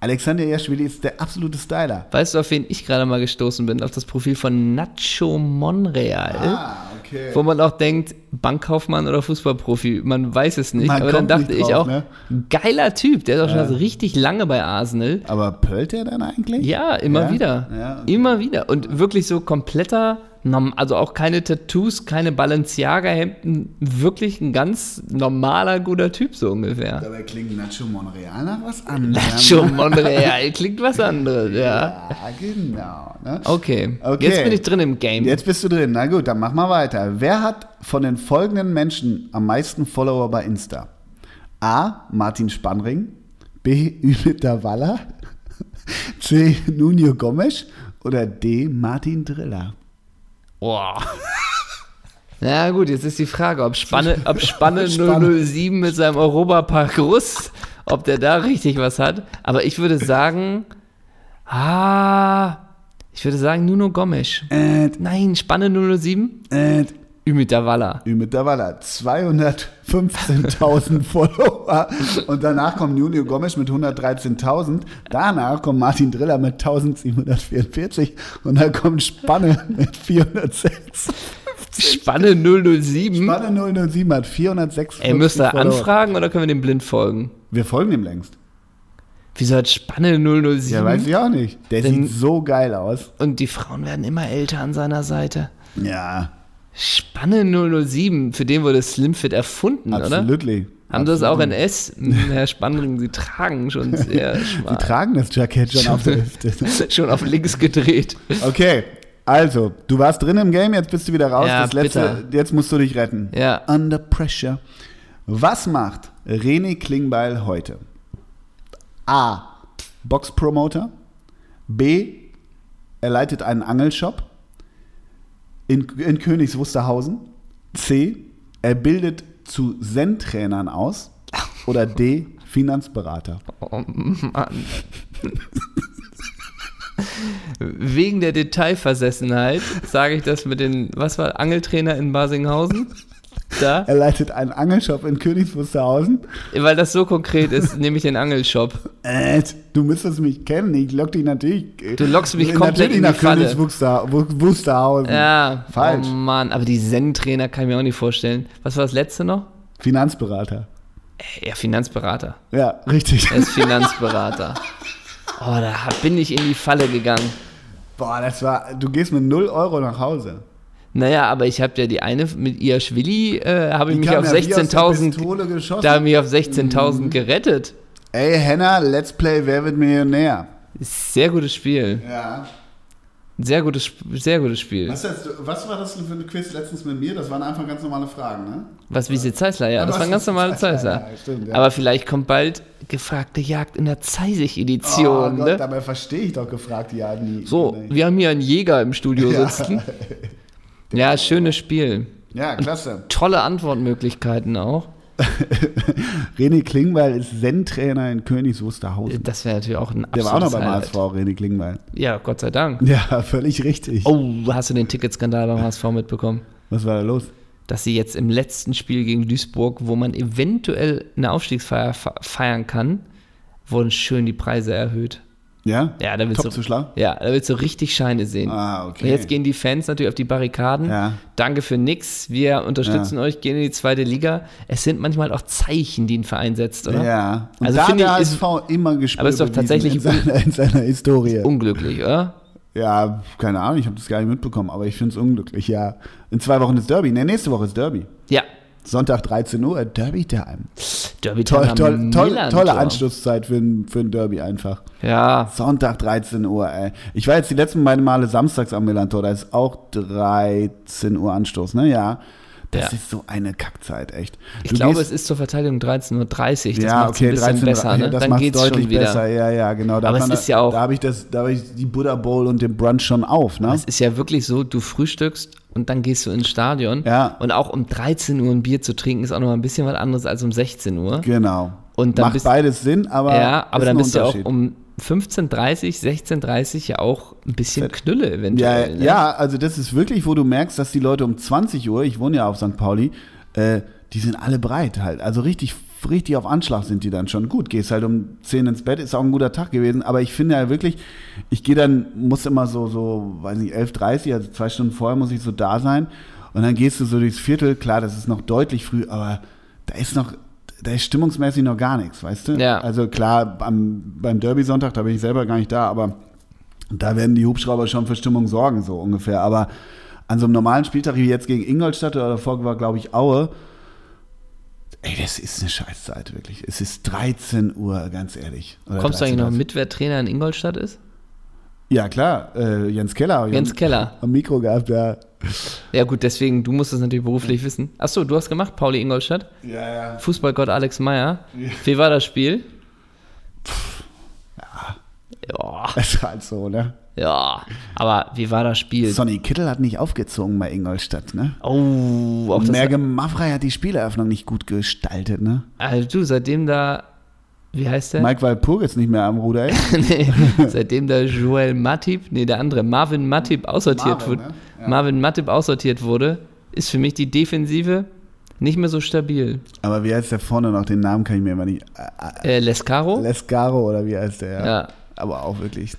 Alexander Jaschwili ist der absolute Styler.
Weißt du, auf wen ich gerade mal gestoßen bin? Auf das Profil von Nacho Monreal.
Ah. okay.
Äh? Wo man auch denkt, Bankkaufmann oder Fußballprofi, man weiß es nicht.
Man
aber dann
kommt
dachte
nicht
ich auch,
drauf, ne?
geiler Typ, der ist auch schon also richtig lange bei Arsenal.
Aber pölt der dann eigentlich?
Ja, immer
Ja?
wieder.
Ja, okay.
Immer wieder. Und wirklich so kompletter, norm- also auch keine Tattoos, keine Balenciaga-Hemden, wirklich ein ganz normaler, guter Typ so ungefähr.
Dabei klingt Nacho Monreal nach was anderem.
Nacho Monreal klingt was anderes, ja.
Ja, genau. Ne?
Okay.
Okay.
jetzt bin ich drin im Game.
Jetzt bist du drin. Na gut, dann mach mal weiter. Wer hat von den folgenden Menschen am meisten Follower bei Insta? A. Martin Spannring. B. Ümit Davala. C. Nuno Gomes. Oder D. Martin Driller.
Boah. Na gut, jetzt ist die Frage, ob Spanne, ob Spanne
Spanne.
007 mit seinem Europapark Russ, ob der da richtig was hat. Aber ich würde sagen, ah, ich würde sagen Nuno Gomes.
And,
Nein, Spanne 007,
and.
Ümit Davala.
Ümit Davala, 215.000 Follower. Und danach kommt Nuno Gomes mit 113.000. Danach kommt Martin Driller mit 1.744. Und dann kommt Spanne mit 406.
Spanne 007.
Spanne 007 hat 406
Ey, müsst ihr Hm? anfragen oder können wir dem blind folgen?
Wir folgen dem längst.
Wieso hat Spanne 007?
Ja, weiß ich auch nicht. Der
Mhm. Denn-
sieht so geil aus.
Und die Frauen werden immer älter an seiner Seite.
Ja,
Spanne 007, für den wurde SlimFit erfunden, oder?
absolutely.
Haben sie das auch
Absolutely.
in S? Hm, Herr Spannring, Sie tragen schon sehr
Die
schmal.
tragen das Jackett schon auf der Hüfte.
schon auf links gedreht.
Okay, also, du warst drin im Game, jetzt bist du wieder raus.
Ja,
das letzte,
bitter.
jetzt musst du dich retten.
Ja.
Under pressure. Was macht René Klingbeil heute? A. Boxpromoter. B. Er leitet einen Angelshop in, in Königs Wusterhausen. C. Er bildet zu Zen-Trainern aus. Oder D. Finanzberater.
Oh Mann. Wegen der Detailversessenheit sage ich das mit den, was war, Angeltrainer in Basinghausen? Da,
Er leitet einen Angelshop in Königs Wusterhausen.
weil das so konkret ist, nehme ich den Angelshop.
Äh, du müsstest mich kennen. Ich lock dich natürlich.
Du lockst mich
äh,
komplett
natürlich
in die
nach
Falle.
Königs Wuchster- Wu- Wusterhausen.
Ja,
Falsch.
Oh Mann, aber die Zen-Trainer kann ich mir auch nicht vorstellen. Was war das letzte noch?
Finanzberater.
Ja, Finanzberater.
Ja, richtig.
Er ist Finanzberater. Oh, da hab- bin ich in die Falle gegangen.
Boah, das war. Du gehst mit 0 Euro nach Hause.
Naja, aber ich habe ja die eine mit ihr Schwilli, äh, habe ich
Die
mich
kam
auf
ja wie aus der
16.000
Pistole geschossen. Mhm.
da hab ich mich auf 16.000 gerettet.
Ey, Henna, let's play Wer wird Millionär?
Sehr gutes Spiel.
Ja.
Sehr gutes Sp- sehr gutes Spiel.
Was, hast du- was war das denn für ein Quiz letztens mit mir? Das waren einfach ganz normale Fragen, ne?
Was wie sie Zeissler, ja,
Ja,
das
was
waren ganz
Wiese
normale
Zeissler,
Zeissler.
ja, stimmt, ja.
Aber vielleicht kommt bald gefragte Jagd in der Zeissig
Oh
Edition,
Gott,
ne?
dabei verstehe ich doch gefragt, ja. Nie,
So, wir haben hier einen Jäger im Studio sitzen. Ja, schönes Spiel.
Ja, klasse.
Tolle Antwortmöglichkeiten auch.
René Klingbeil ist Zen-Trainer in Königs Wusterhausen.
Das wäre natürlich auch ein
Der war auch noch
Äh, absolutes
beim
Highlight.
HSV, René Klingbeil.
Ja, Gott sei Dank.
Ja, völlig richtig.
Oh, hast du den Ticketskandal beim HSV mitbekommen?
Was war da los?
Dass sie jetzt im letzten Spiel gegen Duisburg, wo man eventuell eine Aufstiegsfeier fe- feiern kann, wurden schön die Preise erhöht.
Ja?
Ja, da willst du
Topzuschlag?
Ja, da willst du richtig Scheine sehen.
Ah, okay.
Und jetzt gehen die Fans natürlich auf die Barrikaden.
Ja.
Danke für nix. Wir unterstützen euch, gehen in die zweite Liga. Es sind manchmal halt auch Zeichen, die ein Verein setzt, oder?
Ja. Und
Also
da hat
finde
der
ich, ist
HSV immer gespielt.
Aber ist doch tatsächlich
in seiner, in seiner Historie.
unglücklich, oder?
Ja, keine Ahnung, ich habe das gar nicht mitbekommen, aber ich finde es unglücklich, ja. In zwei Wochen ist Derby. Ne, nächste Woche ist Derby.
Ja.
Sonntag 13 Uhr, äh, Derby Time.
Derby
Toll,
Time
toll,
am
toll,
Milan-Tor.
tolle Anschlusszeit für ein, für ein Derby einfach.
Ja.
Sonntag 13 Uhr, ey. Ich war jetzt die letzten beiden Male samstags am Melantor, da ist auch 13 Uhr Anstoß, ne? Ja. Das
Ja.
ist so eine Kackzeit, echt.
Ich
Du
glaube,
gehst-
es ist zur Verteidigung 13.30 Uhr. Das
ja,
macht's
okay,
ein bisschen
13
besser. Ne?
Das
Dann
macht's
geht's
deutlich
schon wieder.
besser. Ja, ja, genau. Da
Aber
hat
es
man-
ist ja auch-
Da habe ich, das- da hab ich die Buddha Bowl und den Brunch schon auf, ne?
Es ist ja wirklich so, du frühstückst und dann gehst du ins Stadion.
Ja.
Und auch um 13 Uhr ein Bier zu trinken, ist auch noch mal ein bisschen was anderes als um 16 Uhr.
Genau.
Und dann
Macht
bist,
beides Sinn, aber.
ja, aber
ist
dann
ein
bist du ja auch
Unterschied.
um 15.30, 16.30 ja auch ein bisschen Knülle
Ja,
eventuell. ne?
ja, also das ist wirklich, wo du merkst, dass die Leute um 20 Uhr, ich wohne ja auf St. Pauli, äh, die sind alle breit halt. Also richtig, richtig auf Anschlag sind die dann schon. Gut, gehst halt um 10 ins Bett, ist auch ein guter Tag gewesen, aber ich finde ja wirklich, ich gehe dann, muss immer so, so, weiß nicht, 11.30 also zwei Stunden vorher muss ich so da sein und dann gehst du so durchs Viertel, klar, das ist noch deutlich früh, aber da ist noch, da ist stimmungsmäßig noch gar nichts, weißt du?
Ja.
Also klar, am, beim Derby-Sonntag, da bin ich selber gar nicht da, aber da werden die Hubschrauber schon für Stimmung sorgen, so ungefähr. Aber an so einem normalen Spieltag wie jetzt gegen Ingolstadt oder davor war, glaube ich, Aue. Ey, das ist eine Scheißzeit, wirklich. Es ist 13 Uhr, ganz ehrlich. Oder
Kommst du eigentlich noch
13.30.
mit, wer Trainer in Ingolstadt ist?
Ja, klar. Äh, Jens Keller. hab ich
Jens
am-
Keller.
Am Mikro gehabt, ja.
Ja gut, deswegen, du musst das natürlich beruflich wissen. Achso, du hast gemacht, Pauli Ingolstadt.
Ja, ja.
Fußballgott Alex Meyer. Wie war das Spiel? Ja.
Das ist halt so, ne?
Ja, aber wie war das Spiel?
Sonny Kittel hat nicht aufgezogen bei Ingolstadt, ne?
Oh, auch
Und
das.
Mergem Maffrey hat die Spieleröffnung nicht gut gestaltet, ne?
also du, seitdem da. Wie heißt der?
Mike Walpurgis nicht mehr am Ruder, ey.
nee, seitdem da Joel Matip, nee, der andere, Marvin Matip aussortiert
Marvin,
wurde.
ne?
Marvin Matip aussortiert wurde, ist für mich die Defensive nicht mehr so stabil.
Aber wie heißt der vorne noch? Den Namen kann ich mir immer nicht. Ä-
Äh, Lescaro?
Lescaro oder wie heißt der?
Ja.
Aber auch wirklich.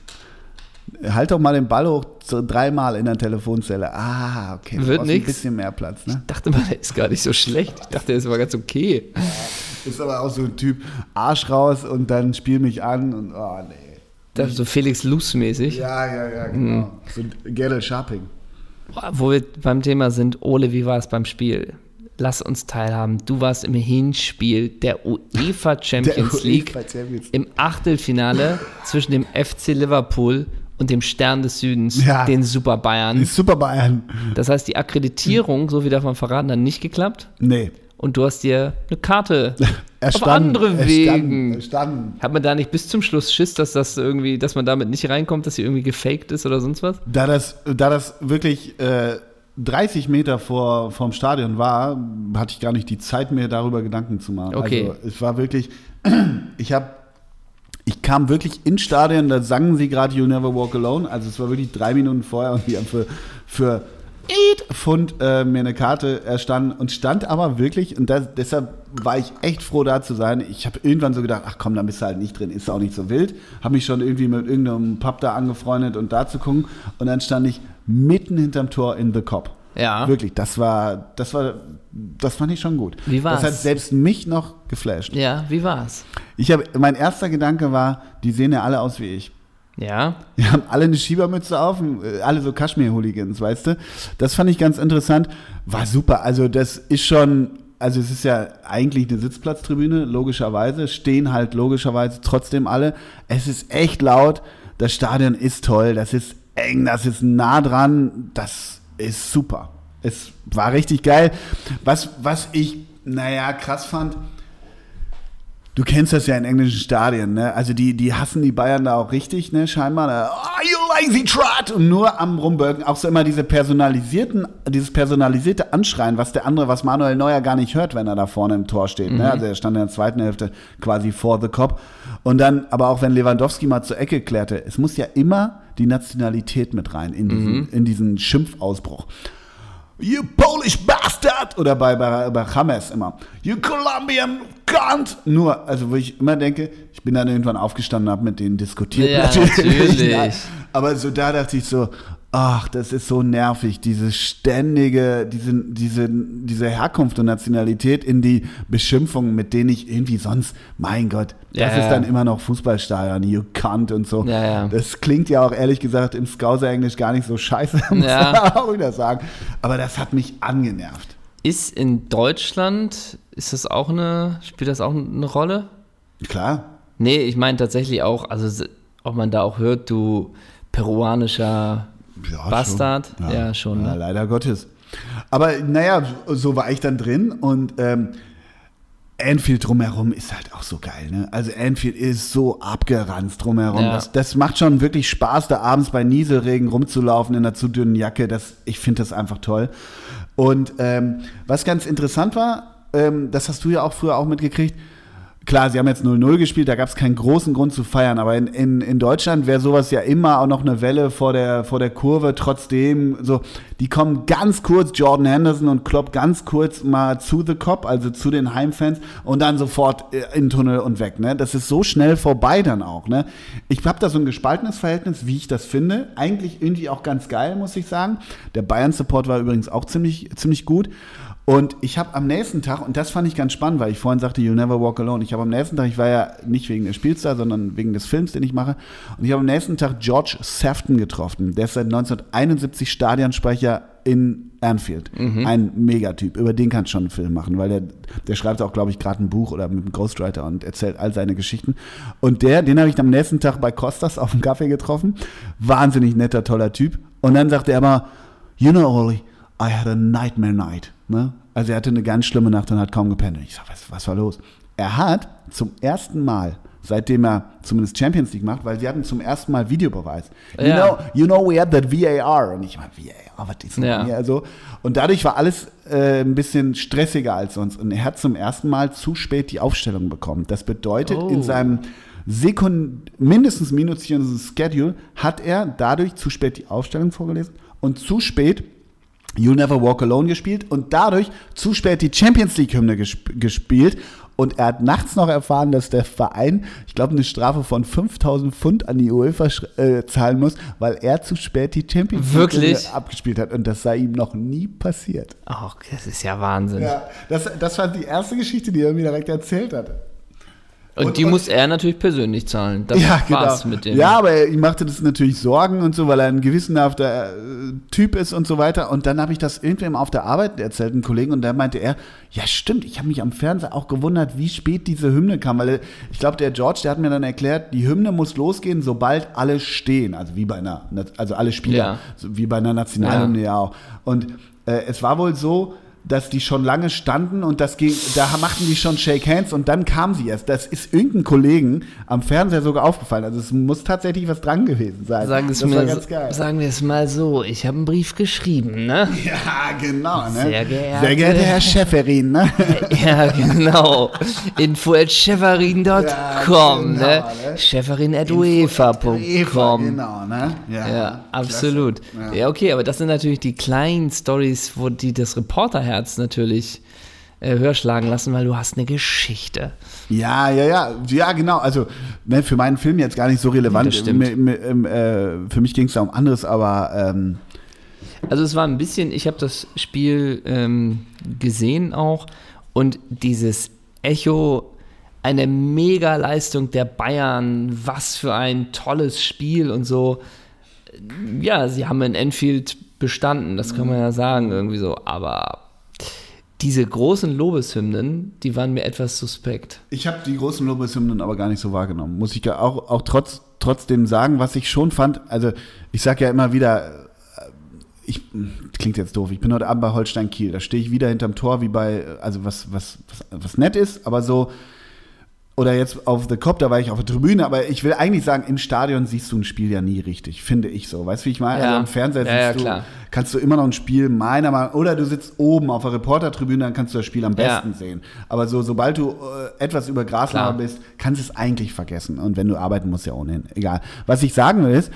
Halt doch mal den Ball hoch, so dreimal in der Telefonzelle. Ah, okay. du
Wird
brauchst
nix.
Ein bisschen mehr Platz, ne?
dachte mal, der ist gar nicht so schlecht. Ich dachte, der ist mal ganz okay.
Ist aber auch so ein Typ, Arsch raus und dann spiel mich an und oh nee.
Das ist so Felix Luz-mäßig.
Ja, ja,
Mhm.
ja, genau. So ein Gerald Sharping.
Boah, Wo wir beim Thema sind, Ole, wie war es beim Spiel? Lass uns teilhaben. Du warst im Hinspiel der UEFA Champions
UEFA
League
Champions League.
im Achtelfinale zwischen dem FC Liverpool und dem Stern des Südens,
Ja.
den Super Bayern.
Super Bayern.
Das heißt, die Akkreditierung, so wie darf man verraten, hat nicht geklappt.
Nee.
Und du hast dir eine Karte auf
Erstanden,
andere
erstanden,
Wegen.
Erstanden.
Hat man da nicht bis zum Schluss Schiss, dass das irgendwie, dass man damit nicht reinkommt, dass sie irgendwie gefaked ist oder sonst was?
Da das, da das wirklich äh, 30 Meter vor, vom Stadion war, hatte ich gar nicht die Zeit, mir darüber Gedanken zu machen.
Okay.
Also, es war wirklich, ich habe, ich kam wirklich ins Stadion, da sangen sie gerade You'll Never Walk Alone. Also es war wirklich drei Minuten vorher und die haben für, für 8 Pfund äh, mir eine Karte erstanden und stand aber wirklich, und das, deshalb war ich echt froh da zu sein. Ich habe irgendwann so gedacht, ach komm, dann bist du halt nicht drin, ist auch nicht so wild. Habe mich schon irgendwie mit irgendeinem Pub da angefreundet und da zu gucken. Und dann stand ich mitten hinterm Tor in The Cop.
Ja.
Wirklich, das war, das war, das fand ich schon gut.
Wie war's?
Das hat selbst mich noch geflasht.
Ja, wie war's?
Ich habe, mein erster Gedanke war, die sehen ja alle aus wie ich.
Ja,
Die haben alle eine Schiebermütze auf, äh, alle so Kaschmir-Hooligans, weißt du? Das fand ich ganz interessant. War super. Also, das ist schon, also, es ist ja eigentlich eine Sitzplatztribüne, logischerweise. Stehen halt logischerweise trotzdem alle. Es ist echt laut. Das Stadion ist toll. Das ist eng. Das ist nah dran. Das ist super. Es war richtig geil. Was, was ich, naja, krass fand, Du kennst das ja in englischen Stadien, ne? Also die, die hassen die Bayern da auch richtig, ne? Scheinbar. Da, oh, you lazy trot! Und nur am Rumbölken auch so immer diese personalisierten, dieses personalisierte Anschreien, was der andere, was Manuel Neuer gar nicht hört, wenn er da vorne im Tor steht, ne? Also er stand in der zweiten Hälfte quasi vor the cop. Und dann, aber auch wenn Lewandowski mal zur Ecke klärte, es muss ja immer die Nationalität mit rein in diesen, in diesen Schimpfausbruch. You Polish Bastard! Oder bei, bei, bei James immer. You Colombian Cunt! Nur, also wo ich immer denke, ich bin dann irgendwann aufgestanden und habe mit denen diskutiert.
Ja, natürlich.
Nein. Aber so da dachte ich so, ach, das ist so nervig, diese ständige, diese, diese, diese Herkunft und Nationalität in die Beschimpfungen, mit denen ich irgendwie sonst, mein Gott, das
Ja, ja.
ist dann immer noch Fußballstadion, you cunt und so.
Ja, ja.
Das klingt ja auch ehrlich gesagt im Scouser-Englisch gar nicht so scheiße, muss
Ja.
man auch wieder sagen. Aber das hat mich angenervt.
Ist in Deutschland, ist das auch eine, spielt das auch eine Rolle?
Klar.
Nee, ich meine tatsächlich auch, also se- ob man da auch hört, du peruanischer
Ja,
Bastard.
schon.
Ja, schon.
Ja,
Ne?
leider Gottes. Aber naja, so war ich dann drin und ähm, Anfield drumherum ist halt auch so geil. Ne? Also Anfield ist so abgeranzt drumherum.
Ja.
Das, das macht schon wirklich Spaß, da abends bei Nieselregen rumzulaufen in einer zu dünnen Jacke. Das, ich finde das einfach toll. Und ähm, was ganz interessant war, ähm, das hast du ja auch früher auch mitgekriegt, Klar, sie haben jetzt 0-0 gespielt, da gab es keinen großen Grund zu feiern, aber in, in, in Deutschland wäre sowas ja immer auch noch eine Welle vor der, vor der Kurve. Trotzdem, so, die kommen ganz kurz, Jordan Henderson und Klopp ganz kurz mal zu The Cop, also zu den Heimfans und dann sofort äh, in den Tunnel und weg. Ne? Das ist so schnell vorbei dann auch. Ne? Ich habe da so ein gespaltenes Verhältnis, wie ich das finde. Eigentlich irgendwie auch ganz geil, muss ich sagen. Der Bayern-Support war übrigens auch ziemlich, ziemlich gut. Und ich habe am nächsten Tag, und das fand ich ganz spannend, weil ich vorhin sagte, You'll Never Walk Alone. Ich habe am nächsten Tag, ich war ja nicht wegen der Spielstar, sondern wegen des Films, den ich mache. Und ich habe am nächsten Tag George Sefton getroffen. Der ist seit 1971 Stadionsprecher in Anfield. Ein Megatyp. Über den kannst du schon einen Film machen, weil der, der schreibt auch, glaube ich, gerade ein Buch oder mit einem Ghostwriter und erzählt all seine Geschichten. Und der, den habe ich am nächsten Tag bei Costas auf dem Kaffee getroffen. Wahnsinnig netter, toller Typ. Und dann sagte er immer, you know, Oli, I had a nightmare night. Ne? Also er hatte eine ganz schlimme Nacht und hat kaum gependelt. Ich sage, was, was war los? Er hat zum ersten Mal, seitdem er zumindest Champions League macht, weil sie hatten zum ersten Mal Videobeweis. You,
Ja.
know, you know, we had that VAR. Und ich meine, VAR, was ist denn
Ja.
hier? Also, und dadurch war alles äh, ein bisschen stressiger als sonst. Und er hat zum ersten Mal zu spät die Aufstellung bekommen. Das bedeutet, in
Oh.
seinem Sekund mindestens minütigen Schedule hat er dadurch zu spät die Aufstellung vorgelesen und zu spät You'll Never Walk Alone gespielt und dadurch zu spät die Champions League-Hymne gesp gespielt. Und er hat nachts noch erfahren, dass der Verein, ich glaube, eine Strafe von 5000 Pfund an die UEFA sch- äh, zahlen muss, weil er zu spät die Champions
Wirklich?
League-Hymne abgespielt hat. Und das sei ihm noch nie passiert.
Ach, das ist ja Wahnsinn.
Ja, das, das war die erste Geschichte, die er mir direkt erzählt hatte.
Und,
Und-
die
und-
muss er natürlich persönlich zahlen. Das
Ja,
war's
genau.
mit dem.
Ja, aber ihm machte das natürlich Sorgen und so, weil er ein gewissenhafter äh, Typ ist und so weiter. Und dann habe ich das irgendwem auf der Arbeit erzählt, einem Kollegen, und da meinte er, ja stimmt, ich habe mich am Fernseher auch gewundert, wie spät diese Hymne kam, weil äh, ich glaube, der George, der hat mir dann erklärt, die Hymne muss losgehen, sobald alle stehen, also wie bei einer, also alle Spieler,
Ja.
so wie bei einer Nationalhymne ja. auch. Und äh, es war wohl so, dass die schon lange standen und das ging, da machten die schon Shake Hands und dann kam sie erst. Das ist irgendeinem Kollegen am Fernseher sogar aufgefallen. Also es muss tatsächlich was dran gewesen sein.
Sagen wir es
das war
mir,
ganz geil.
sagen wir es mal so, ich habe einen Brief geschrieben, ne?
Ja, genau. Ne?
Sehr geehrte-
Sehr geehrter Herr Schäferin. Ne?
Ja, genau. Info at
Ja,
cheverin.com,
genau,
ne?
ne? Eva,
cheverin.uefa.com.
Genau, ne?
Ja, absolut. Ja. okay, aber das sind natürlich die kleinen Stories, wo die das Reporterherz natürlich äh, höher schlagen lassen, weil du hast eine Geschichte.
Ja, ja, ja, ja, genau. Also ne, für meinen Film jetzt gar nicht so relevant.
Das stimmt.
Mir- mir- ähm, äh, für mich ging es da um anderes, aber ähm,
Also es war ein bisschen, ich habe das Spiel ähm, gesehen auch und dieses Echo, eine Mega-Leistung der Bayern, was für ein tolles Spiel und so. Ja, sie haben in Enfield bestanden, das kann man ja sagen irgendwie so, aber diese großen Lobeshymnen, die waren mir etwas suspekt.
Ich habe die großen Lobeshymnen aber gar nicht so wahrgenommen. Muss ich ja auch, auch trotz, trotzdem sagen, was ich schon fand. Also, ich sage ja immer wieder, äh, ich, klingt jetzt doof, ich bin heute Abend bei Holstein Kiel. Da stehe ich wieder hinterm Tor, wie bei, äh, also was, was, was, was nett ist, aber so. Oder jetzt auf The Cop, da war ich auf der Tribüne, aber ich will eigentlich sagen, im Stadion siehst du ein Spiel ja nie richtig, finde ich so. Weißt du, wie ich meine?
Ja.
Also am Fernseher
Ja, ja,
siehst
klar.
du, kannst du immer noch ein Spiel meiner Meinung oder du sitzt oben auf der Reportertribüne, dann kannst du das Spiel am
Ja.
besten sehen. Aber so, sobald du äh, etwas über Grasnarbe
Klar.
bist, kannst du es eigentlich vergessen. Und wenn du arbeiten musst, ja ohnehin. Egal. Was ich sagen will ist,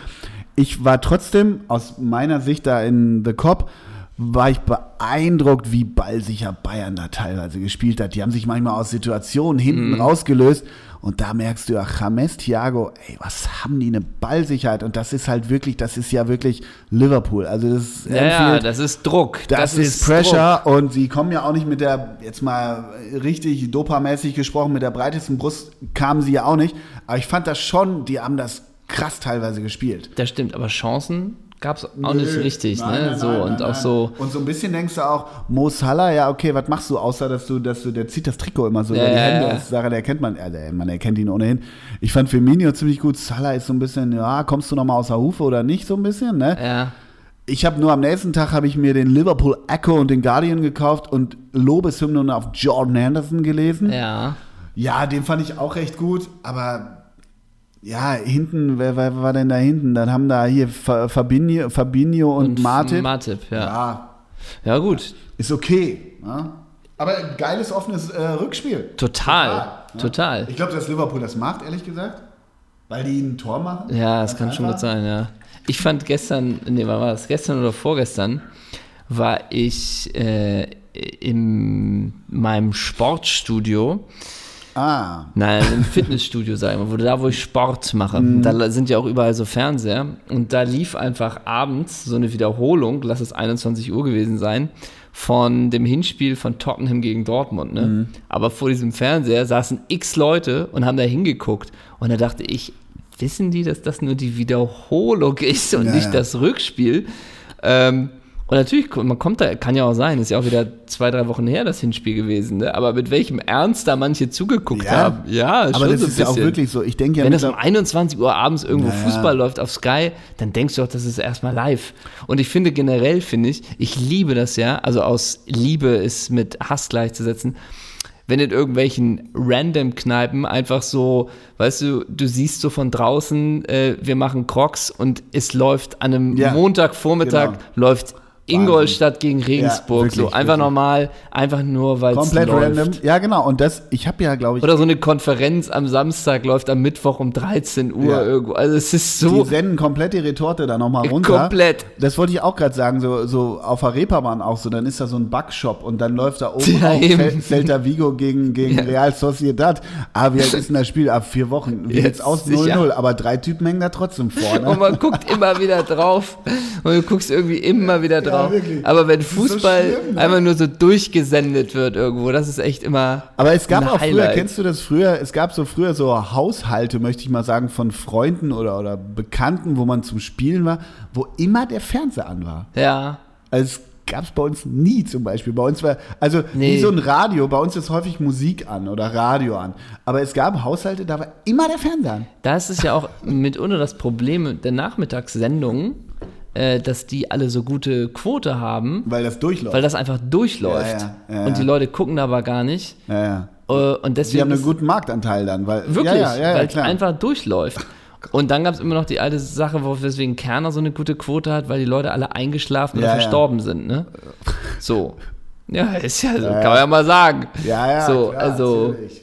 ich war trotzdem aus meiner Sicht da in The Cop, war ich beeindruckt, wie ballsicher Bayern da teilweise gespielt hat. Die haben sich manchmal aus Situationen hinten
Mhm.
rausgelöst. Und da merkst du ja, James Thiago, ey, was haben die eine Ballsicherheit? Und das ist halt wirklich, das ist ja wirklich Liverpool. Also das ist
Ja, ja,
Anfield.
das ist Druck.
Das, ist, Pressure und sie kommen ja auch nicht mit der, jetzt mal richtig dopamäßig gesprochen, mit der breitesten Brust kamen sie ja auch nicht. Aber ich fand das schon, die haben das krass teilweise gespielt.
Druck. Das stimmt, aber Chancen gab es auch nicht so richtig,
Nein,
ne?
nein,
so
nein,
und
nein,
auch
nein.
so.
Und so ein bisschen denkst du auch, Mo Salah, ja, okay, was machst du, außer dass du, dass du, der zieht das Trikot immer so über
Ja,
die
ja,
Hände.
ja.
Das ist Sache, der kennt man, also, man erkennt ihn ohnehin. Ich fand Firmino ziemlich gut. Salah ist so ein bisschen, ja, kommst du nochmal aus der Hufe oder nicht, so ein bisschen, ne?
Ja.
Ich habe nur am nächsten Tag habe ich mir den Liverpool Echo und den Guardian gekauft und Lobeshymnen auf Jordan Henderson gelesen. Ja.
Ja.
den fand ich auch recht gut, aber ja, hinten, wer, wer war denn da hinten? Dann haben da hier Fa- Fabinho, Fabinho und, Martin.
Matip, ja.
ja,
Ja, gut.
ist okay. Ne? Aber ein geiles offenes äh, Rückspiel.
Total,
ne?
total.
Ich glaube, dass Liverpool das macht, ehrlich gesagt. Weil die ein Tor machen.
Ja, das
Ganz
kann schon
einfach.
gut sein, ja. Ich fand gestern, nee, wann war das? Gestern oder vorgestern war ich äh, in meinem Sportstudio,
Ah,
nein, im Fitnessstudio, sagen wir, wo, da, wo ich Sport mache.
Mhm.
Da sind ja auch überall so Fernseher. Und da lief einfach abends so eine Wiederholung, lass es 21 Uhr gewesen sein, von dem Hinspiel von Tottenham gegen Dortmund. Ne?
Mhm.
Aber vor diesem Fernseher saßen x Leute und haben da hingeguckt. Und da dachte ich, wissen die, dass das nur die Wiederholung ist und
Ja,
nicht
ja.
das Rückspiel? Ähm, und natürlich, man kommt da, kann ja auch sein, ist ja auch wieder zwei, drei Wochen her das Hinspiel gewesen, ne? aber mit welchem Ernst da manche zugeguckt
Ja.
haben. Ja, schon
aber das
so ein
ist
bisschen.
ja auch wirklich so. Ich denke ja,
Wenn das um
mittler-
21 Uhr abends irgendwo
Naja.
Fußball läuft auf Sky, dann denkst du doch, das ist erstmal live. Und ich finde generell, finde ich, ich liebe das ja, also aus Liebe ist mit Hass gleichzusetzen, wenn in irgendwelchen random Kneipen einfach so, weißt du, du siehst so von draußen, äh, wir machen Crocs und es läuft an einem
Ja,
Montagvormittag,
genau.
läuft Ingolstadt gegen Regensburg,
wirklich,
so einfach
wirklich.
normal, einfach nur, weil es
komplett
läuft.
random. Ja, genau. Und das, ich habe ja, glaube ich,
Oder so eine Konferenz am Samstag läuft am Mittwoch um 13 Uhr
Ja.
irgendwo. Also es ist
die
so.
senden komplett die Retorte da nochmal runter.
Komplett.
Das wollte ich auch gerade sagen, so, so auf der Reeperbahn auch so, dann ist da so ein Backshop und dann läuft da oben
Ja,
auch
eben.
Fel- Celta Vigo gegen, gegen
Ja.
Real Sociedad. Ah, wie alt ist denn das Spiel? Ab vier Wochen. Wie
Ja,
jetzt aus
sicher.
0-0, aber drei Typen hängen da trotzdem ne? vorne.
Und man guckt immer wieder drauf. Und du guckst irgendwie immer wieder drauf.
wirklich.
Aber wenn
ist so
Fußball
schlimm, ne?
einfach nur so durchgesendet wird irgendwo, das ist echt immer.
Aber es gab
ein
auch früher,
Highlight.
kennst du das früher? Es gab so früher so Haushalte, möchte ich mal sagen, von Freunden oder, oder Bekannten, wo man zum Spielen war, wo immer der Fernseher an war.
Ja.
Also es gab es bei uns nie zum Beispiel. Bei uns war, also
Nee.
wie so ein Radio, bei uns ist häufig Musik an oder Radio an. Aber es gab Haushalte, da war immer der Fernseher an.
Da ist es ja auch mitunter das Problem der Nachmittagssendungen, äh, dass die alle so gute Quote haben,
Weil das durchläuft.
weil das einfach durchläuft.
Ja, ja, ja,
und die
ja.
Leute gucken da aber gar nicht.
ja, ja.
Äh, Und deswegen
Sie haben einen
ist-
guten Marktanteil dann. Weil,
Wirklich,
ja, ja, ja, ja,
weil es
klar.
einfach durchläuft. Und dann gab es immer noch die alte Sache, wo- weswegen Kerner so eine gute Quote hat, weil die Leute alle eingeschlafen oder
Ja, ja.
verstorben sind, ne? So. Ja, ist ja, so,
Ja,
kann man ja mal sagen.
ja, ja,
So,
klar,
also,
natürlich.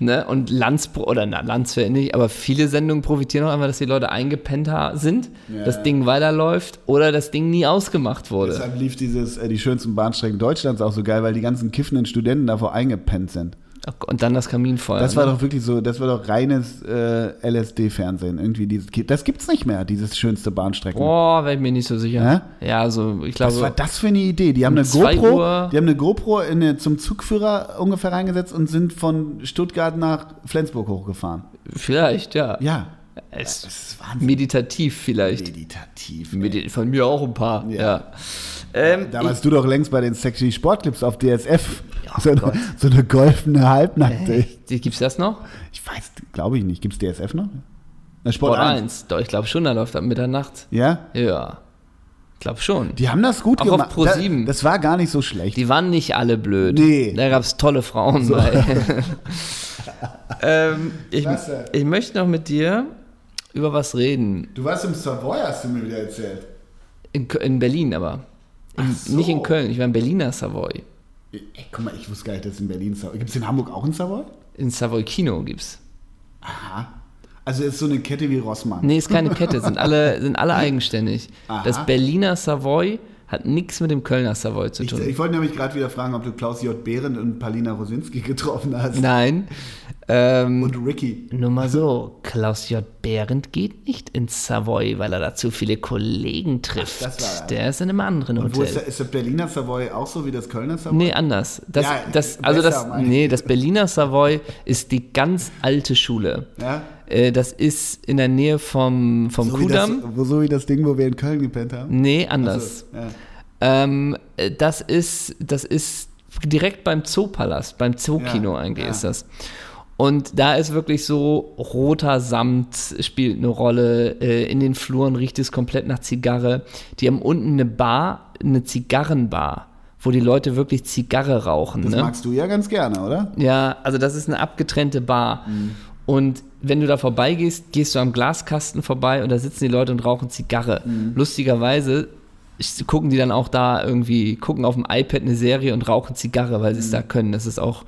ne? Und Lanz, oder na, Lanz nicht, aber viele Sendungen profitieren auch einfach, dass die Leute eingepennt ha- sind,
Ja,
das
ja.
Ding weiterläuft oder das Ding nie ausgemacht wurde.
Deshalb lief dieses, äh, die schönsten Bahnstrecken Deutschlands auch so geil, weil die ganzen kiffenden Studenten davor eingepennt sind.
Und dann das Kaminfeuer.
Das war
ne?
doch wirklich so, das war doch reines äh, LSD-Fernsehen. Irgendwie dieses, das gibt's nicht mehr, dieses schönste Bahnstrecken.
Boah, wäre ich mir nicht so sicher. Ja, also ich glaube.
Was war das für eine Idee? Die haben eine
zwei
GoPro,
Uhr-
die haben eine GoPro in eine, zum Zugführer ungefähr reingesetzt und sind von Stuttgart nach Flensburg hochgefahren.
Vielleicht, ja.
Ja,
Es,
das ist Wahnsinn.
meditativ vielleicht.
Meditativ. ey.
Medi von mir auch ein paar. Ja.
Ja.
Ähm,
Da warst du doch längst bei den sexy Sportclips auf DSF. so, eine, so eine golfene Halbnackte.
ich, gibt's das noch?
Ich weiß, glaube ich nicht. Gibt's DSF noch? Na, Sport,
Sport
1.
1. Doch, ich glaube schon, da läuft ab Mitternacht.
Ja?
Ja. Ich glaube schon. Die,
Die haben das gut
Auch auf
gemacht.
Pro
Da-
7.
Das war gar nicht so schlecht.
waren nicht alle blöd.
Nee.
Da gab's tolle Frauen bei. ähm, ich,
Klasse.
ich möchte noch mit dir über was reden.
du warst im Savoy, hast du mir wieder erzählt.
In, Kö- in Berlin aber. In,
so.
Nicht in Köln, ich war in Berliner Savoy.
Ey, guck mal, ich wusste gar nicht, dass in Berlin Savoy. Gibt's in Hamburg auch einen Savoy?
In Savoy Kino gibt's.
Also ist so eine Kette wie Rossmann.
Nee, ist keine Kette, sind alle, sind alle eigenständig.
Aha.
Das Berliner Savoy hat nichts mit dem Kölner Savoy zu
Ich,
tun.
ich wollte nämlich gerade wieder fragen, ob du Klaus J. Behrendt und Palina Rosinski getroffen hast.
Nein. Ähm,
Und Ricky.
nur mal so, Klaus J. Behrendt geht nicht ins Savoy, weil er da zu viele Kollegen trifft.
das war er.
Der ist in einem anderen
Und wo ist,
Hotel.
der, ist der Berliner Savoy auch so wie das Kölner Savoy?
Nee, anders. Das,
Ja,
das,
besser,
also das,
meine ich.
nee, das Berliner Savoy ist die ganz alte Schule.
Ja.
Äh, Das ist in der Nähe vom, vom
So wie, das,
Kudamm.
wo- so wie das Ding, wo wir in Köln gepennt haben.
Nee, anders.
Ja.
Ähm, äh, das ist, das ist direkt beim Zoopalast, beim Zookino
Ja,
eigentlich
ja.
ist das. Und da ist wirklich so, roter Samt spielt eine Rolle, äh, in den Fluren riecht es komplett nach Zigarre. Die haben unten eine Bar, eine Zigarrenbar, wo die Leute wirklich Zigarre rauchen.
Das
ne?
magst du ja ganz gerne, oder?
Ja, also das ist eine abgetrennte Bar. Und wenn du da vorbeigehst, gehst du am Glaskasten vorbei und da sitzen die Leute und rauchen Zigarre. Lustigerweise ich- gucken die dann auch da irgendwie, gucken auf dem iPad eine Serie und rauchen Zigarre, weil sie es da können. Das ist auch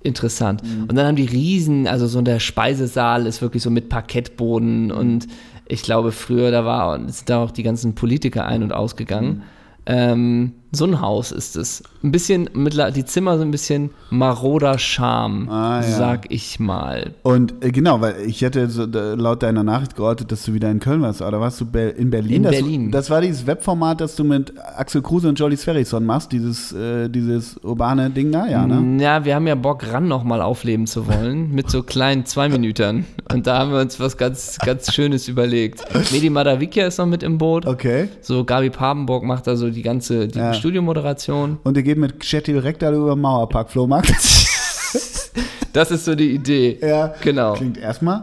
interessant.
Mhm.
Und dann haben die Riesen, also so der Speisesaal ist wirklich so mit
Mhm.
Parkettboden und ich glaube früher, da war, sind da auch die ganzen Politiker ein- und ausgegangen.
Mhm.
Ähm, so ein Haus ist es. Ein bisschen, mittler- die Zimmer so ein bisschen maroder Charme,
Ah, ja.
sag ich mal.
Und äh, genau, weil ich hätte so, da, laut deiner Nachricht geortet, dass du wieder in Köln warst, oder warst du Be in Berlin?
In
das,
Berlin.
Das war dieses Webformat, das du mit Axel Kruse und Jolly Sverrisson machst, dieses, äh, dieses urbane Ding da, ja, ne?
Ja, wir haben ja Bock, ran nochmal aufleben zu wollen, mit so kleinen Zweiminütern. Und da haben wir uns was ganz, ganz Schönes überlegt. Medi Madavikia ist noch mit im Boot.
Okay.
So, Gabi Papenburg macht da so die ganze die
Ja.
Studiomoderation.
Und ihr geht mit Chetil Rektal über den Mauerpark Flohmarkt.
Das ist so die Idee.
ja,
Genau. Klingt,
Klingt erstmal.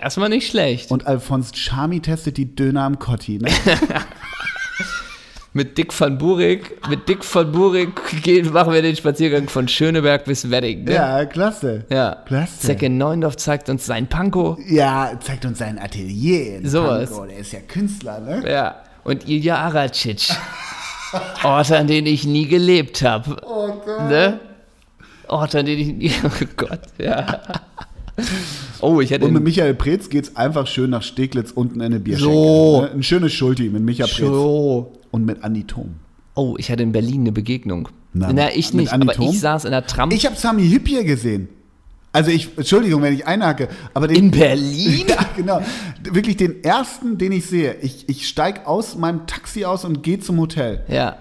erstmal nicht schlecht.
Und Alphonse Chami testet die Döner am Kotti, ne?
mit Dick van Burik, mit Dick van Burik gehen, machen wir den Spaziergang von Schöneberg bis Wedding. Ne?
ja, klasse.
Ja.
Klasse.
Zecke Neundorf zeigt uns sein Panko.
Ja, zeigt uns sein Atelier. in
Sowas.
Pankow. Der ist ja Künstler, ne?
Ja. Und Ilja Aracic. Ort, an den ich nie gelebt habe.
Oh Gott.
Ne? Ort, an den ich nie. Oh Gott, ja. Oh, ich hätte.
Und mit
den-
Michael Preetz geht's einfach schön nach Steglitz unten in eine Bierschenke.
So.
Ne? Ein schönes Schulti mit Micha Preetz.
So.
Und mit Andi Thom.
Oh, ich hatte in Berlin eine Begegnung.
Na,
Na, ich
mit
nicht,
Andi
aber
Thom?
ich saß in der Tram.
Ich habe Sami Hipp hier gesehen. Also ich, Entschuldigung, wenn ich einhacke, aber den...
in Berlin?
Ja, genau. Wirklich den ersten, den ich sehe. Ich, ich steige aus meinem Taxi aus und gehe zum Hotel.
Ja.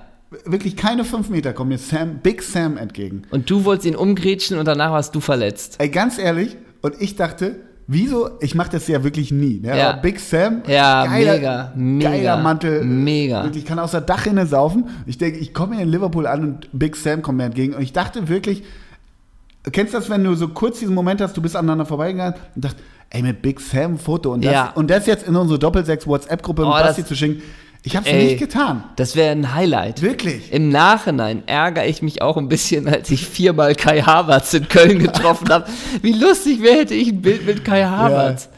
Wirklich keine fünf Meter kommen mir Sam, Big Sam entgegen.
Und du wolltest ihn umgrätschen und danach warst du verletzt.
Ey, ganz ehrlich, und ich dachte, wieso, ich mache das ja wirklich nie, ne?
Ja.
Aber Big Sam,
Ja, mega, mega,
geiler Mantel.
mega.
Wirklich, ich kann aus der Dachrinne saufen. Ich denke, ich komme hier in Liverpool an und Big Sam kommt mir entgegen. Und ich dachte wirklich, kennst du das, wenn du so kurz diesen Moment hast, du bist aneinander vorbeigegangen und dachte, ey, mit Big Sam ein Foto und das,
Ja.
und das jetzt in unsere Doppelsechs-WhatsApp-Gruppe
Oh,
mit Basti
das-
zu schicken. Ich hab's
Ey.
nicht getan.
Das wäre ein Highlight.
Wirklich.
Im Nachhinein ärgere ich mich auch ein bisschen, als ich viermal Kai Havertz in Köln getroffen habe. Wie lustig wäre, hätte ich ein Bild mit Kai Havertz.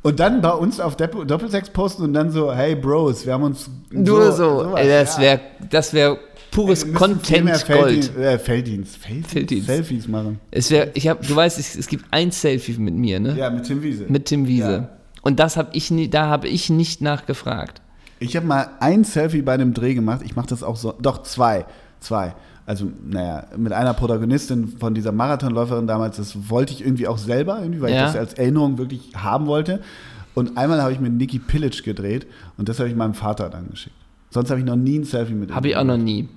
Und dann bei uns auf Depp- Doppelsechs posten und dann so, hey Bros, wir haben uns
Nur so.
sowas,
Ey, das
ja.
wäre das wär pures
Wir müssen viel mehr
Content
Felddienst-
Gold.
Äh, Felddienst. Felddienst.
Felddienst.
Selfies machen.
Es wär, ich hab, du weißt, es, es gibt ein Selfie mit mir, ne?
Ja, mit Tim Wiese.
Mit Tim Wiese.
Ja.
Und das habe ich nie, da habe ich nicht nachgefragt.
Ich habe mal ein Selfie bei einem Dreh gemacht. Ich mache das auch so. Doch, zwei. Zwei. Also, naja, mit einer Protagonistin von dieser Marathonläuferin damals, das wollte ich irgendwie auch selber, irgendwie, weil
Ja.
ich das als Erinnerung wirklich haben wollte. Und einmal habe ich mit Nikki Pillage gedreht und das habe ich meinem Vater dann geschickt. Sonst habe ich noch nie ein Selfie mit ihm
Habe ich auch noch nie.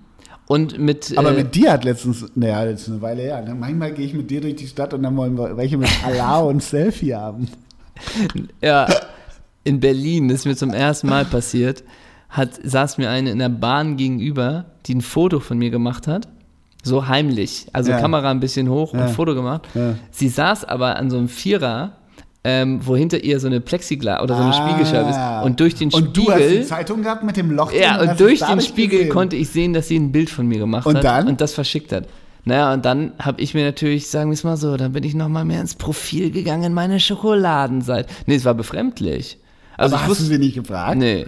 Und mit.
Aber
äh,
mit dir hat letztens, naja, das ist eine Weile her. Ne? Manchmal gehe ich mit dir durch die Stadt und dann wollen wir welche mit Allah und Selfie haben.
Ja, in Berlin das ist mir zum ersten Mal passiert. Hat, saß mir eine in der Bahn gegenüber, die ein Foto von mir gemacht hat. So heimlich. Also
Ja.
Kamera ein bisschen hoch
Ja.
und Foto gemacht.
Ja.
Sie saß aber an so einem Vierer, ähm, wo hinter ihr so eine Plexiglas oder so eine Spiegelscheibe
Ah.
ist. Und durch den Spiegel.
Und du hast die Zeitung gehabt mit dem Loch.
Ja,
drin, hast
und
du
durch
da
den
nicht
Spiegel
gesehen?
konnte ich sehen, dass sie ein Bild von mir gemacht
Und
hat
dann?
und das verschickt hat. Naja, und dann habe ich mir natürlich, sagen wir es mal so, dann bin ich nochmal mehr ins Profil gegangen, in meine Schokoladenseite. Nee, es war befremdlich. Also
Aber
ich
hast du
wusste,
sie nicht gefragt?
nee.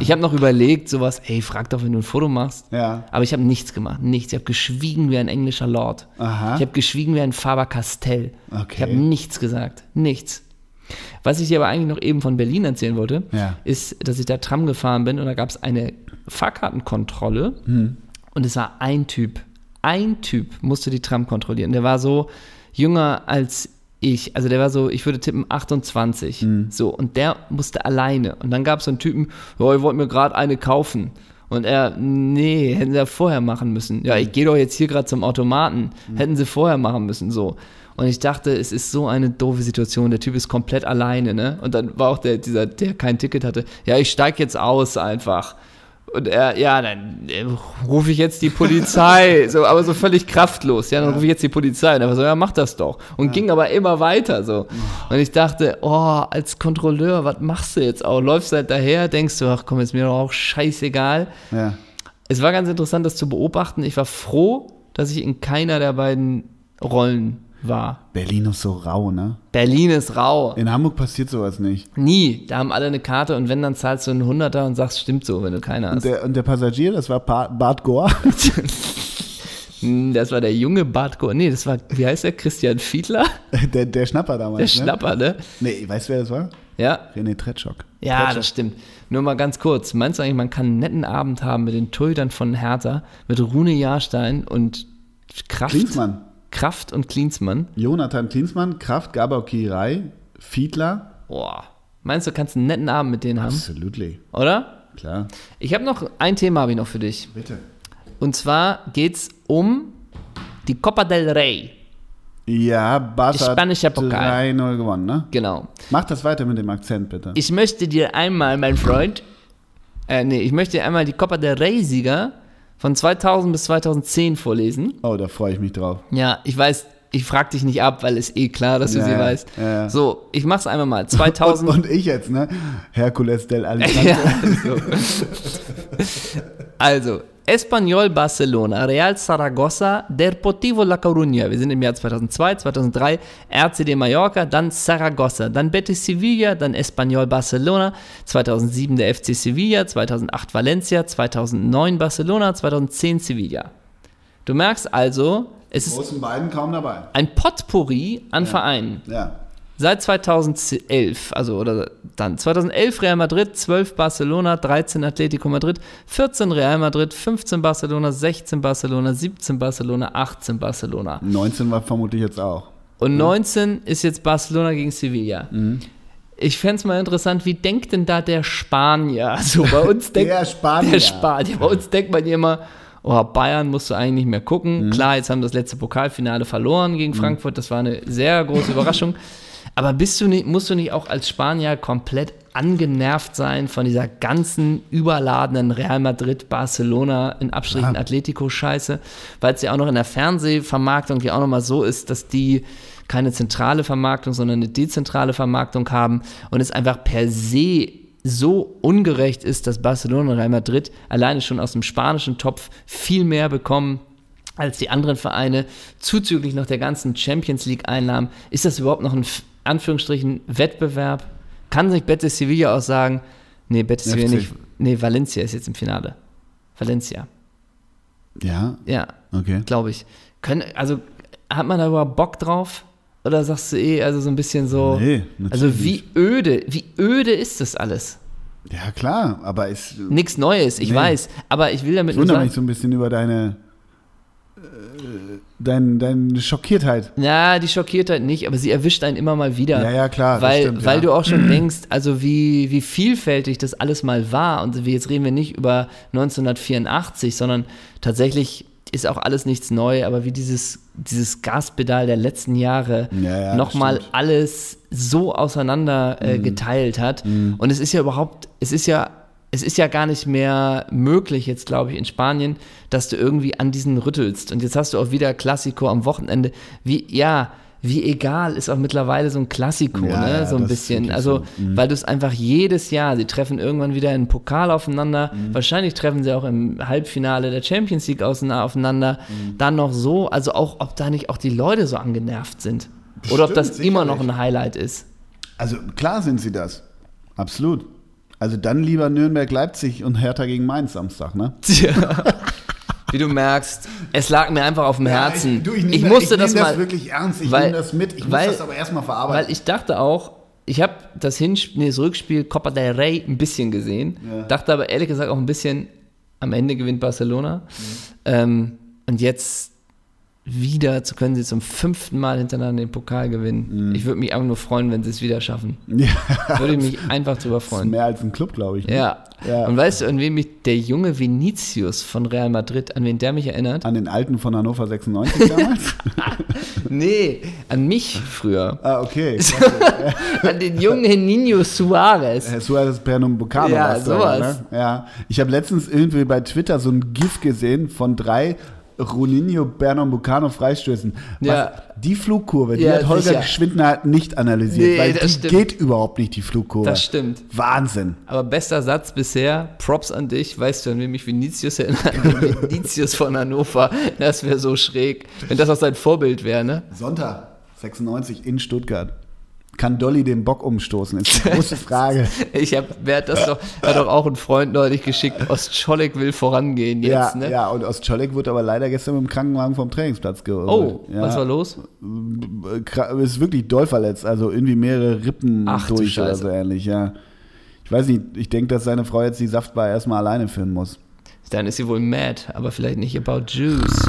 Ich habe noch überlegt, sowas, ey, frag doch, wenn du ein Foto machst.
Ja.
Aber ich habe nichts gemacht, nichts. Ich habe geschwiegen wie ein englischer Lord.
Aha.
Ich habe geschwiegen wie ein Faber Castell.
Okay.
Ich habe nichts gesagt, nichts. Was ich dir aber eigentlich noch eben von Berlin erzählen wollte,
Ja.
ist, dass ich da Tram gefahren bin und da gab es eine Fahrkartenkontrolle
Hm.
und es war ein Typ. Ein Typ musste die Tram kontrollieren. Der war so jünger als ich. Also der war so, ich würde tippen, 28. So, und der musste alleine. Und dann gab es so einen Typen, ja, ihr wollt mir gerade eine kaufen. Und er, nee, hätten sie ja vorher machen müssen. Ja, ich gehe doch jetzt hier gerade zum Automaten. Hätten sie vorher machen müssen, so. Und ich dachte, es ist so eine doofe Situation. Der Typ ist komplett alleine, ne? Und dann war auch der, dieser, der kein Ticket hatte. Ja, ich steig jetzt aus einfach. Und er, ja, dann äh, rufe ich jetzt die Polizei, so, aber so völlig kraftlos. Ja, dann rufe ich jetzt die Polizei. Und er war so, ja, mach das doch. Und ging aber immer weiter so. Und ich dachte, oh, als Kontrolleur, was machst du jetzt auch? Läufst halt daher, denkst du, ach komm, ist mir doch auch scheißegal.
Ja.
Es war ganz interessant, das zu beobachten. Ich war froh, dass ich in keiner der beiden Rollen war.
Berlin ist so rau, ne?
Berlin ist rau.
In Hamburg passiert sowas nicht.
Nie. Da haben alle eine Karte und wenn, dann zahlst du einen Hunderter und sagst, stimmt so, wenn du keine
Und
hast.
der, und der Passagier, das war pa Bart Gore.
Hm, Das war der junge Bart Gor. Nee, das war, wie heißt der? Christian Fiedler?
Der, der Schnapper
Der
damals.
Schnapper, ne?
Ne? Nee, weißt du, wer das war?
Ja.
René Tretschok.
Ja, das stimmt. Nur mal ganz kurz. Meinst du eigentlich, man kann einen netten Abend haben mit den Torhütern von Hertha, mit Rune Jahrstein und Kraft?
Klinsmann.
Kraft und Klinsmann.
Jonathan Klinsmann, Kraft, Gabor Kirai, Fiedler.
Boah. Meinst du, kannst einen netten Abend mit denen haben,
Absolutely,
oder?
klar.
Ich habe noch ein Thema habe ich noch für dich.
Bitte.
Und zwar geht's um die Copa del Rey.
Ja, Bart
Der
hat
spanische Pokal.
3-0 gewonnen, ne?
Genau.
Mach das weiter mit dem Akzent, bitte.
Ich möchte dir einmal, mein Freund, äh, nee, ich möchte dir einmal die Copa del Rey-Sieger von 2000 bis 2010 vorlesen.
Oh, da freue ich mich drauf.
Ja, ich weiß, ich frag dich nicht ab, weil ist eh klar, dass du
Ja,
sie
ja,
weißt.
ja, ja.
So, ich mach's einmal mal. 2000.
Und, und ich jetzt, ne? Hercules del Alicante.
Ja, so. Also, Espanyol Barcelona, Real Zaragoza, Deportivo La Coruña. Wir sind im Jahr 2002, 2003, RCD Mallorca, dann Zaragoza, dann Betis Sevilla, dann Espanyol Barcelona, 2007 der FC Sevilla, 2008 Valencia, 2009 Barcelona, 2010 Sevilla. Du merkst also, es ist
Großen beiden kaum dabei.
ein Potpourri an Vereinen.
Ja.
Seit 2011, also oder dann 2011 Real Madrid, 12 Barcelona, 13 Atletico Madrid, 14 Real Madrid, 15 Barcelona, 16 Barcelona, 17 Barcelona, 18 Barcelona.
19 war vermutlich jetzt auch.
Und 19 ist jetzt Barcelona gegen Sevilla.
Mhm.
Ich fände es mal interessant, wie denkt denn da der Spanier? Also bei uns denkt
Der Spanier.
Der Spanier. Bei uns denkt man immer, oh, Bayern musst du eigentlich nicht mehr gucken. Klar, jetzt haben das letzte Pokalfinale verloren gegen Frankfurt. Das war eine sehr große Überraschung. Aber bist du nicht, musst du nicht auch als Spanier komplett angenervt sein von dieser ganzen überladenen Real Madrid, Barcelona, in Abstrichen Atletico-Scheiße, weil es ja auch noch in der Fernsehvermarktung ja auch nochmal so ist, dass die keine zentrale Vermarktung, sondern eine dezentrale Vermarktung haben und es einfach per se so ungerecht ist, dass Barcelona und Real Madrid alleine schon aus dem spanischen Topf viel mehr bekommen als die anderen Vereine, zuzüglich noch der ganzen Champions League-Einnahmen. Ist das überhaupt noch ein F- Anführungsstrichen Wettbewerb? Kann sich Betis Sevilla auch sagen, nee, Betis Sevilla
FC.
nicht, nee, Valencia ist jetzt im Finale. Valencia,
Ja,
ja,
okay.
glaube ich. Können, also hat man da überhaupt Bock drauf? Oder sagst du eh, also so ein bisschen so,
Nee, natürlich
also wie öde, wie öde ist das alles?
Ja, klar, aber es ich
Nichts Neues, ich
Nee.
weiß, aber ich will damit nur
wundere
sagen,
mich so ein bisschen über deine, äh, dein, deine Schockiertheit.
Na, die schockiert halt nicht, aber sie erwischt einen immer mal wieder.
Ja, ja, klar, das
Weil,
stimmt,
weil
ja.
du auch schon denkst, also wie, wie vielfältig das alles mal war. Und wir- jetzt reden wir nicht über 1984, sondern tatsächlich ist auch alles nichts neu, aber wie dieses, dieses Gaspedal der letzten Jahre
Ja, ja, das
nochmal
stimmt. Mhm.
alles so auseinander äh, geteilt hat. Und es ist ja überhaupt, es ist ja, es ist ja gar nicht mehr möglich jetzt, glaube ich, in Spanien, dass du irgendwie an diesen rüttelst. Und jetzt hast du auch wieder Klassiko am Wochenende. Wie, ja, wie egal ist auch mittlerweile so ein Klassiko,
Ja,
ne?
ja,
so ein
das ist
bisschen.
wirklich
Also,
so.
weil du es einfach jedes Jahr, sie treffen irgendwann wieder einen Pokal aufeinander, wahrscheinlich treffen sie auch im Halbfinale der Champions League ausein- aufeinander, dann noch so, also auch, ob da nicht auch die Leute so angenervt sind. Oder ob das
Bestimmt,
immer noch
sicherlich.
ein Highlight ist.
Also klar sind sie das. Absolut. Also dann lieber Nürnberg, Leipzig und Hertha gegen Mainz Samstag, ne?
Tja. Wie du merkst, es lag mir einfach auf dem Herzen.
Ja,
ich,
du, nehm
musste das,
nehm
mal.
wirklich ernst. Ich
weil-
nehme das mit. Ich
weil-
muss das aber erstmal
Weil
verarbeiten.
ich dachte auch, ich habe das, Hinspiel- nee, das Rückspiel Copa del Rey ein bisschen gesehen, dachte aber ehrlich gesagt auch ein bisschen, am Ende gewinnt Barcelona.
Mhm.
Ähm, und jetzt wieder zu können sie zum fünften Mal hintereinander den Pokal gewinnen. Ich würde mich einfach nur freuen, wenn sie es wieder schaffen.
Mhm. ja,
Würde mich einfach drüber
das ist
freuen.
mehr als ein Club, glaube ich. ne?
Ja.
Ja.
Und weißt du, an wen mich der junge Vinicius von Real Madrid, an wen der mich erinnert?
An den Alten von Hannover 96 damals?
Nee, an mich früher.
ah, okay.
An den jungen Nino Suarez.
Herr Äh, Suarez Pernum Bucano
Ja,
war's doch,
sowas.
Ne? Ja, ich habe letztens irgendwie bei Twitter so ein GIF gesehen von drei Roninho Bernum Bucano Freistößen. Was,
Ja.
Die Flugkurve, die
Ja,
hat Holger
sicher.
Schwindner nicht analysiert,
Nee,
weil die
das stimmt.
geht überhaupt nicht, die Flugkurve.
Das stimmt.
Wahnsinn.
Aber bester Satz bisher, Props an dich, weißt du, an wen mich Vinicius erinnert? An den Vinicius von Hannover, das wäre so schräg, wenn das auch sein Vorbild wäre, ne?
Sonntag. 96 in Stuttgart. Kann Dolly den Bock umstoßen? Ist eine große Frage.
Ich hab, wer hat das doch, hat doch auch ein Freund neulich geschickt, Ostscholek will vorangehen jetzt,
ja,
ne?
ja, und Ostscholek wurde aber leider gestern mit dem Krankenwagen vom Trainingsplatz geholt.
Oh,
ja.
was war los?
Kra- Ist wirklich doll verletzt, also irgendwie mehrere Rippen
Ach, du
durch oder
Scheiße.
so ähnlich, ja. Ich weiß nicht, ich denke, dass seine Frau jetzt die Saftbar erstmal alleine führen muss.
Dann ist sie wohl mad, aber vielleicht nicht about Juice.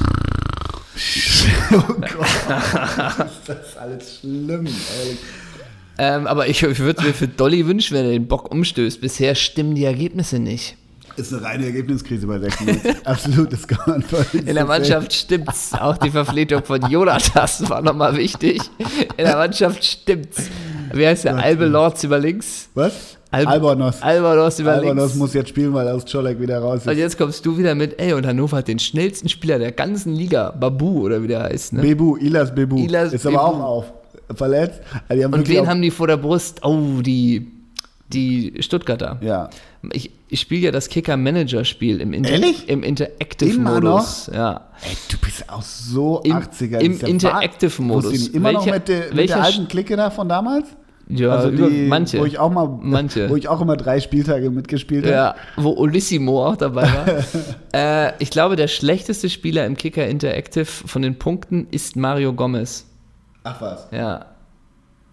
oh Gott, ist das alles schlimm, ehrlich.
Ähm, aber ich, ich würde mir für Dolly wünschen, wenn er den Bock umstößt. Bisher stimmen die Ergebnisse nicht.
Ist eine reine Ergebniskrise bei 96. Absolut, das kann man voll
In der Mannschaft stimmt's. Auch die Verpflichtung von Jonatas war nochmal wichtig. In der Mannschaft stimmt's. Wie heißt der? Albe Lords über links.
Was?
Alb-
Albornoz.
Albornoz über
Albornoz
links.
muss jetzt spielen, weil aus Czolek wieder raus
Und
ist.
jetzt kommst du wieder mit, ey, und Hannover hat den schnellsten Spieler der ganzen Liga, Babu oder wie der heißt, ne?
Bebu, Ilas Bebu.
Ilas
ist aber
Bebu.
auch auf. Verletzt. Also die haben
Und
wirklich
wen
auch-
haben die vor der Brust? Oh, die, die Stuttgarter.
Ja.
Ich, ich spiele ja das Kicker-Manager-Spiel im, Inter
Ehrlich?
im
Immer
Interactive-Modus. Ja.
Ey, du bist auch so
Im-
80er.
im
ist ja
Interactive-Modus.
wahr. Musst du ihn Immer noch
Welcher-
mit der, mit
welcher
der alten Clique da von damals?
Ja,
also
über-
die,
manche.
Wo ich auch mal,
Manche.
wo ich auch immer drei Spieltage mitgespielt habe.
Ja, wo Olissimo auch dabei war. äh, ich glaube, der schlechteste Spieler im Kicker Interactive von den Punkten ist Mario Gomez.
Ach was.
Ja.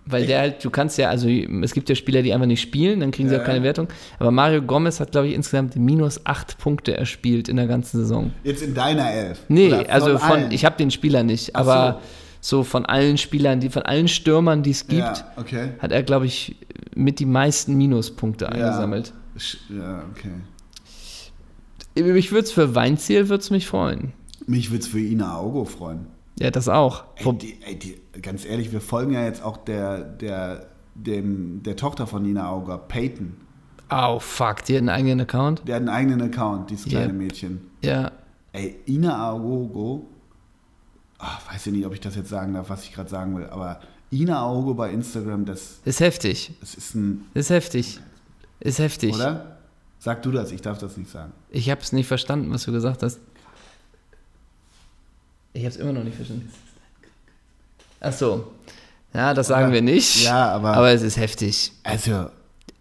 Weil der halt, du kannst ja, also es gibt ja Spieler, die einfach nicht spielen, dann kriegen sie auch keine Wertung. Aber Mario Gomez hat, glaube ich, insgesamt minus acht Punkte erspielt in der ganzen Saison.
Jetzt in deiner Elf.
Nee,
Oder
also von,
allen?
ich habe den Spieler nicht,
Ach so.
aber so. von allen Spielern, die von allen Stürmern, die es gibt,
Ja, okay.
hat er, glaube ich, mit die meisten Minuspunkte
Ja.
eingesammelt.
Sch- Ja, okay.
Ich würde es für Weinziel würde es mich freuen.
Mich würde es für Ina Augo freuen.
Ja, das auch.
Ey, die, ey, die, ganz ehrlich, wir folgen ja jetzt auch der, der, dem, der Tochter von Nina Auger, Peyton.
Oh, fuck, die hat einen eigenen Account?
Der hat einen eigenen Account, dieses
Ja.
kleine Mädchen.
Ja.
Ey, Ina Aogo, ah, weiß ich nicht, ob ich das jetzt sagen darf, was ich gerade sagen will, aber Ina Aogo bei Instagram, das,
Ist heftig.
das ist ein,
Ist heftig. Ist heftig.
oder? Sag du das, ich darf das nicht sagen.
Ich habe es nicht verstanden, was du gesagt hast. Ich habe es immer noch nicht verstanden. Ach so. Ja, das sagen
Oder?
wir nicht.
Ja, aber-
Aber es ist heftig.
Also,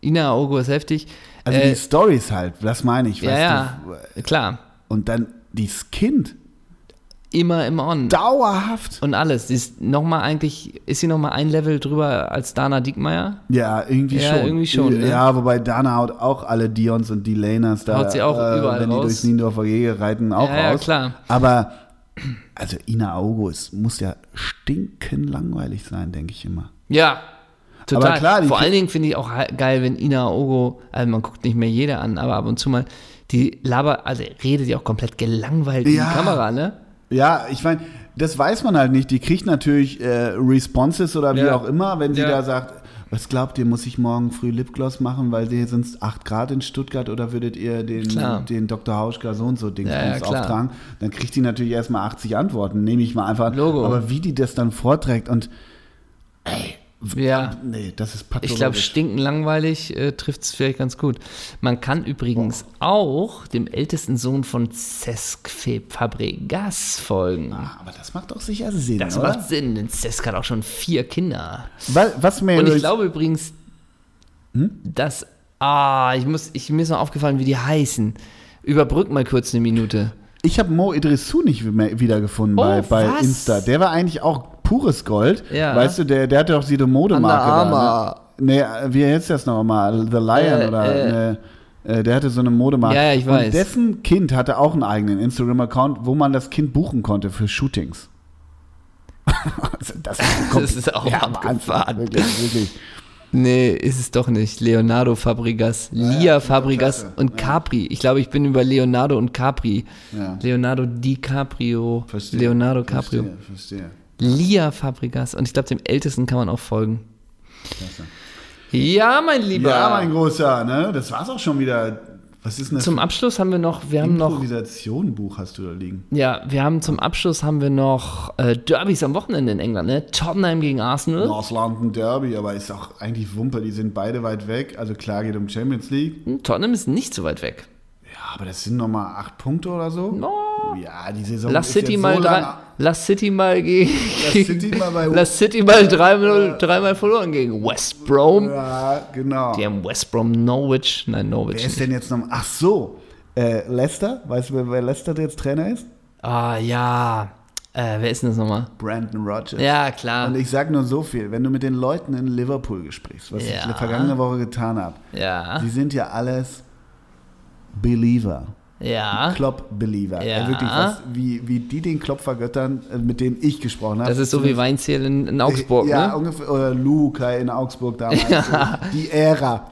Ina Ogo ist heftig.
also
äh,
die Stories halt, das meine ich,
ja,
weißt
ja.
du?
Klar.
Und dann dieses Kind,
Immer im On.
dauerhaft.
Und alles. Sie ist noch mal eigentlich, ist sie nochmal ein Level drüber als Dana Diekmeyer?
Ja, irgendwie
Ja,
schon.
irgendwie schon, ne?
Ja, wobei Dana haut auch alle Dions und Delanas da. äh,
Haut sie auch überall
Wenn
raus.
die durchs Niendorfer Gehege reiten, auch
Ja, ja,
raus.
klar.
Aber, also Ina Augo, es muss ja stinken langweilig sein, denke ich immer.
Ja, total.
Aber klar, die
Vor
Ki-
allen Dingen finde ich auch he- geil, wenn Ina Ogo, also man guckt nicht mehr jede an, aber ab und zu mal, die labert, also redet ja auch komplett gelangweilt in
Ja.
die Kamera, ne?
Ja, ich meine, das weiß man halt nicht. Die kriegt natürlich äh, Responses oder wie
Ja.
auch immer, wenn sie
Ja.
da sagt, was glaubt ihr, muss ich morgen früh Lipgloss machen, weil hier sind es 8 Grad in Stuttgart oder würdet ihr den,
Klar.
den Dr. Hauschka so und so Ding
Ja, ja, klar.
auftragen? Dann kriegt die natürlich erstmal 80 Antworten, nehme ich mal einfach an.
Logo.
Aber wie die das dann vorträgt und
Ja.
nee, das ist pathologisch.
Ich glaube, stinken langweilig äh, trifft es vielleicht ganz gut. Man kann übrigens auch dem ältesten Sohn von Cesc Fe- Fabregas folgen.
Ah, aber das macht doch sicher Sinn,
das
oder?
macht Sinn, denn Cesc hat auch schon vier Kinder.
Weil, was mir
Und ich
übrigens-
glaube übrigens,
Hm?
dass. Ah, ich muss, ich, mir ist noch aufgefallen, wie die heißen. Überbrück mal kurz eine Minute.
Ich habe Mo Idrissou nicht mehr wiedergefunden
Oh,
bei, bei
was?
Insta. Der war eigentlich auch pures Gold.
Ja.
Weißt du, der, der hatte auch diese Modemarke.
Under
Da, ne? Nee, wie heißt das nochmal? The Lion
Äh,
oder
äh.
ne, äh, der hatte so eine Modemarke.
Ja, ja, ich
Und
weiß.
dessen Kind hatte auch einen eigenen Instagram-Account, wo man das Kind buchen konnte für Shootings. Also das,
Das ist auch
ja,
abgefahren.
Wahnsinn, wirklich, wirklich.
Nee, ist es doch nicht. Leonardo Fabregas, Lia Fabregas
klasse.
und Capri. Ich glaube, ich bin über Leonardo und Capri.
Ja.
Leonardo DiCaprio.
Verstehe.
Leonardo Caprio.
Verstehe, verstehe.
Lia Fabregas. Und ich glaube, dem Ältesten kann man auch folgen. Ja, mein Lieber.
Ja, mein Großer, ne? Das war's auch schon wieder. Was ist denn das?
Zum Abschluss haben wir noch, wir haben noch,
Improvisation-Buch hast du da liegen.
ja, wir haben zum Abschluss haben wir noch äh, Derbys am Wochenende in England, ne? Tottenham gegen Arsenal.
North London Derby, aber ist auch eigentlich Wumpe, die sind beide weit weg. Also klar geht um Champions League.
Tottenham ist Hm, nicht so weit weg.
Ja, aber das sind nochmal acht Punkte oder so.
No,
Ja, die Saison
Lass
ist
City
jetzt
mal
so
drei,
lang-
lass City mal gegen
Lass City mal bei-
Lass City mal dreimal dreimal verloren gegen West Brom.
Ja, genau.
Die haben West Brom Norwich, nein Norwich.
Wer ist
Nicht.
denn jetzt noch? Ach so, äh, Leicester. Weißt du, wer, wer Leicester jetzt Trainer ist?
Ah ja, äh, wer ist denn das nochmal?
Brandon Rogers.
Ja klar.
Und ich sag nur so viel, wenn du mit den Leuten in Liverpool gesprichst, was
Ja. Ah.
ich vergangene Woche getan habe,
Ja,
die sind ja alles Believer.
ja.
Klopp-Believer.
Ah. Ja.
Ja. Wirklich, was, wie, wie die den Klopp vergöttern, äh, mit dem ich gesprochen habe.
Das ist so wie Weinziel in, in Augsburg,
ja,
ne?
ungefähr. Oder Luca in Augsburg damals. Die Ära.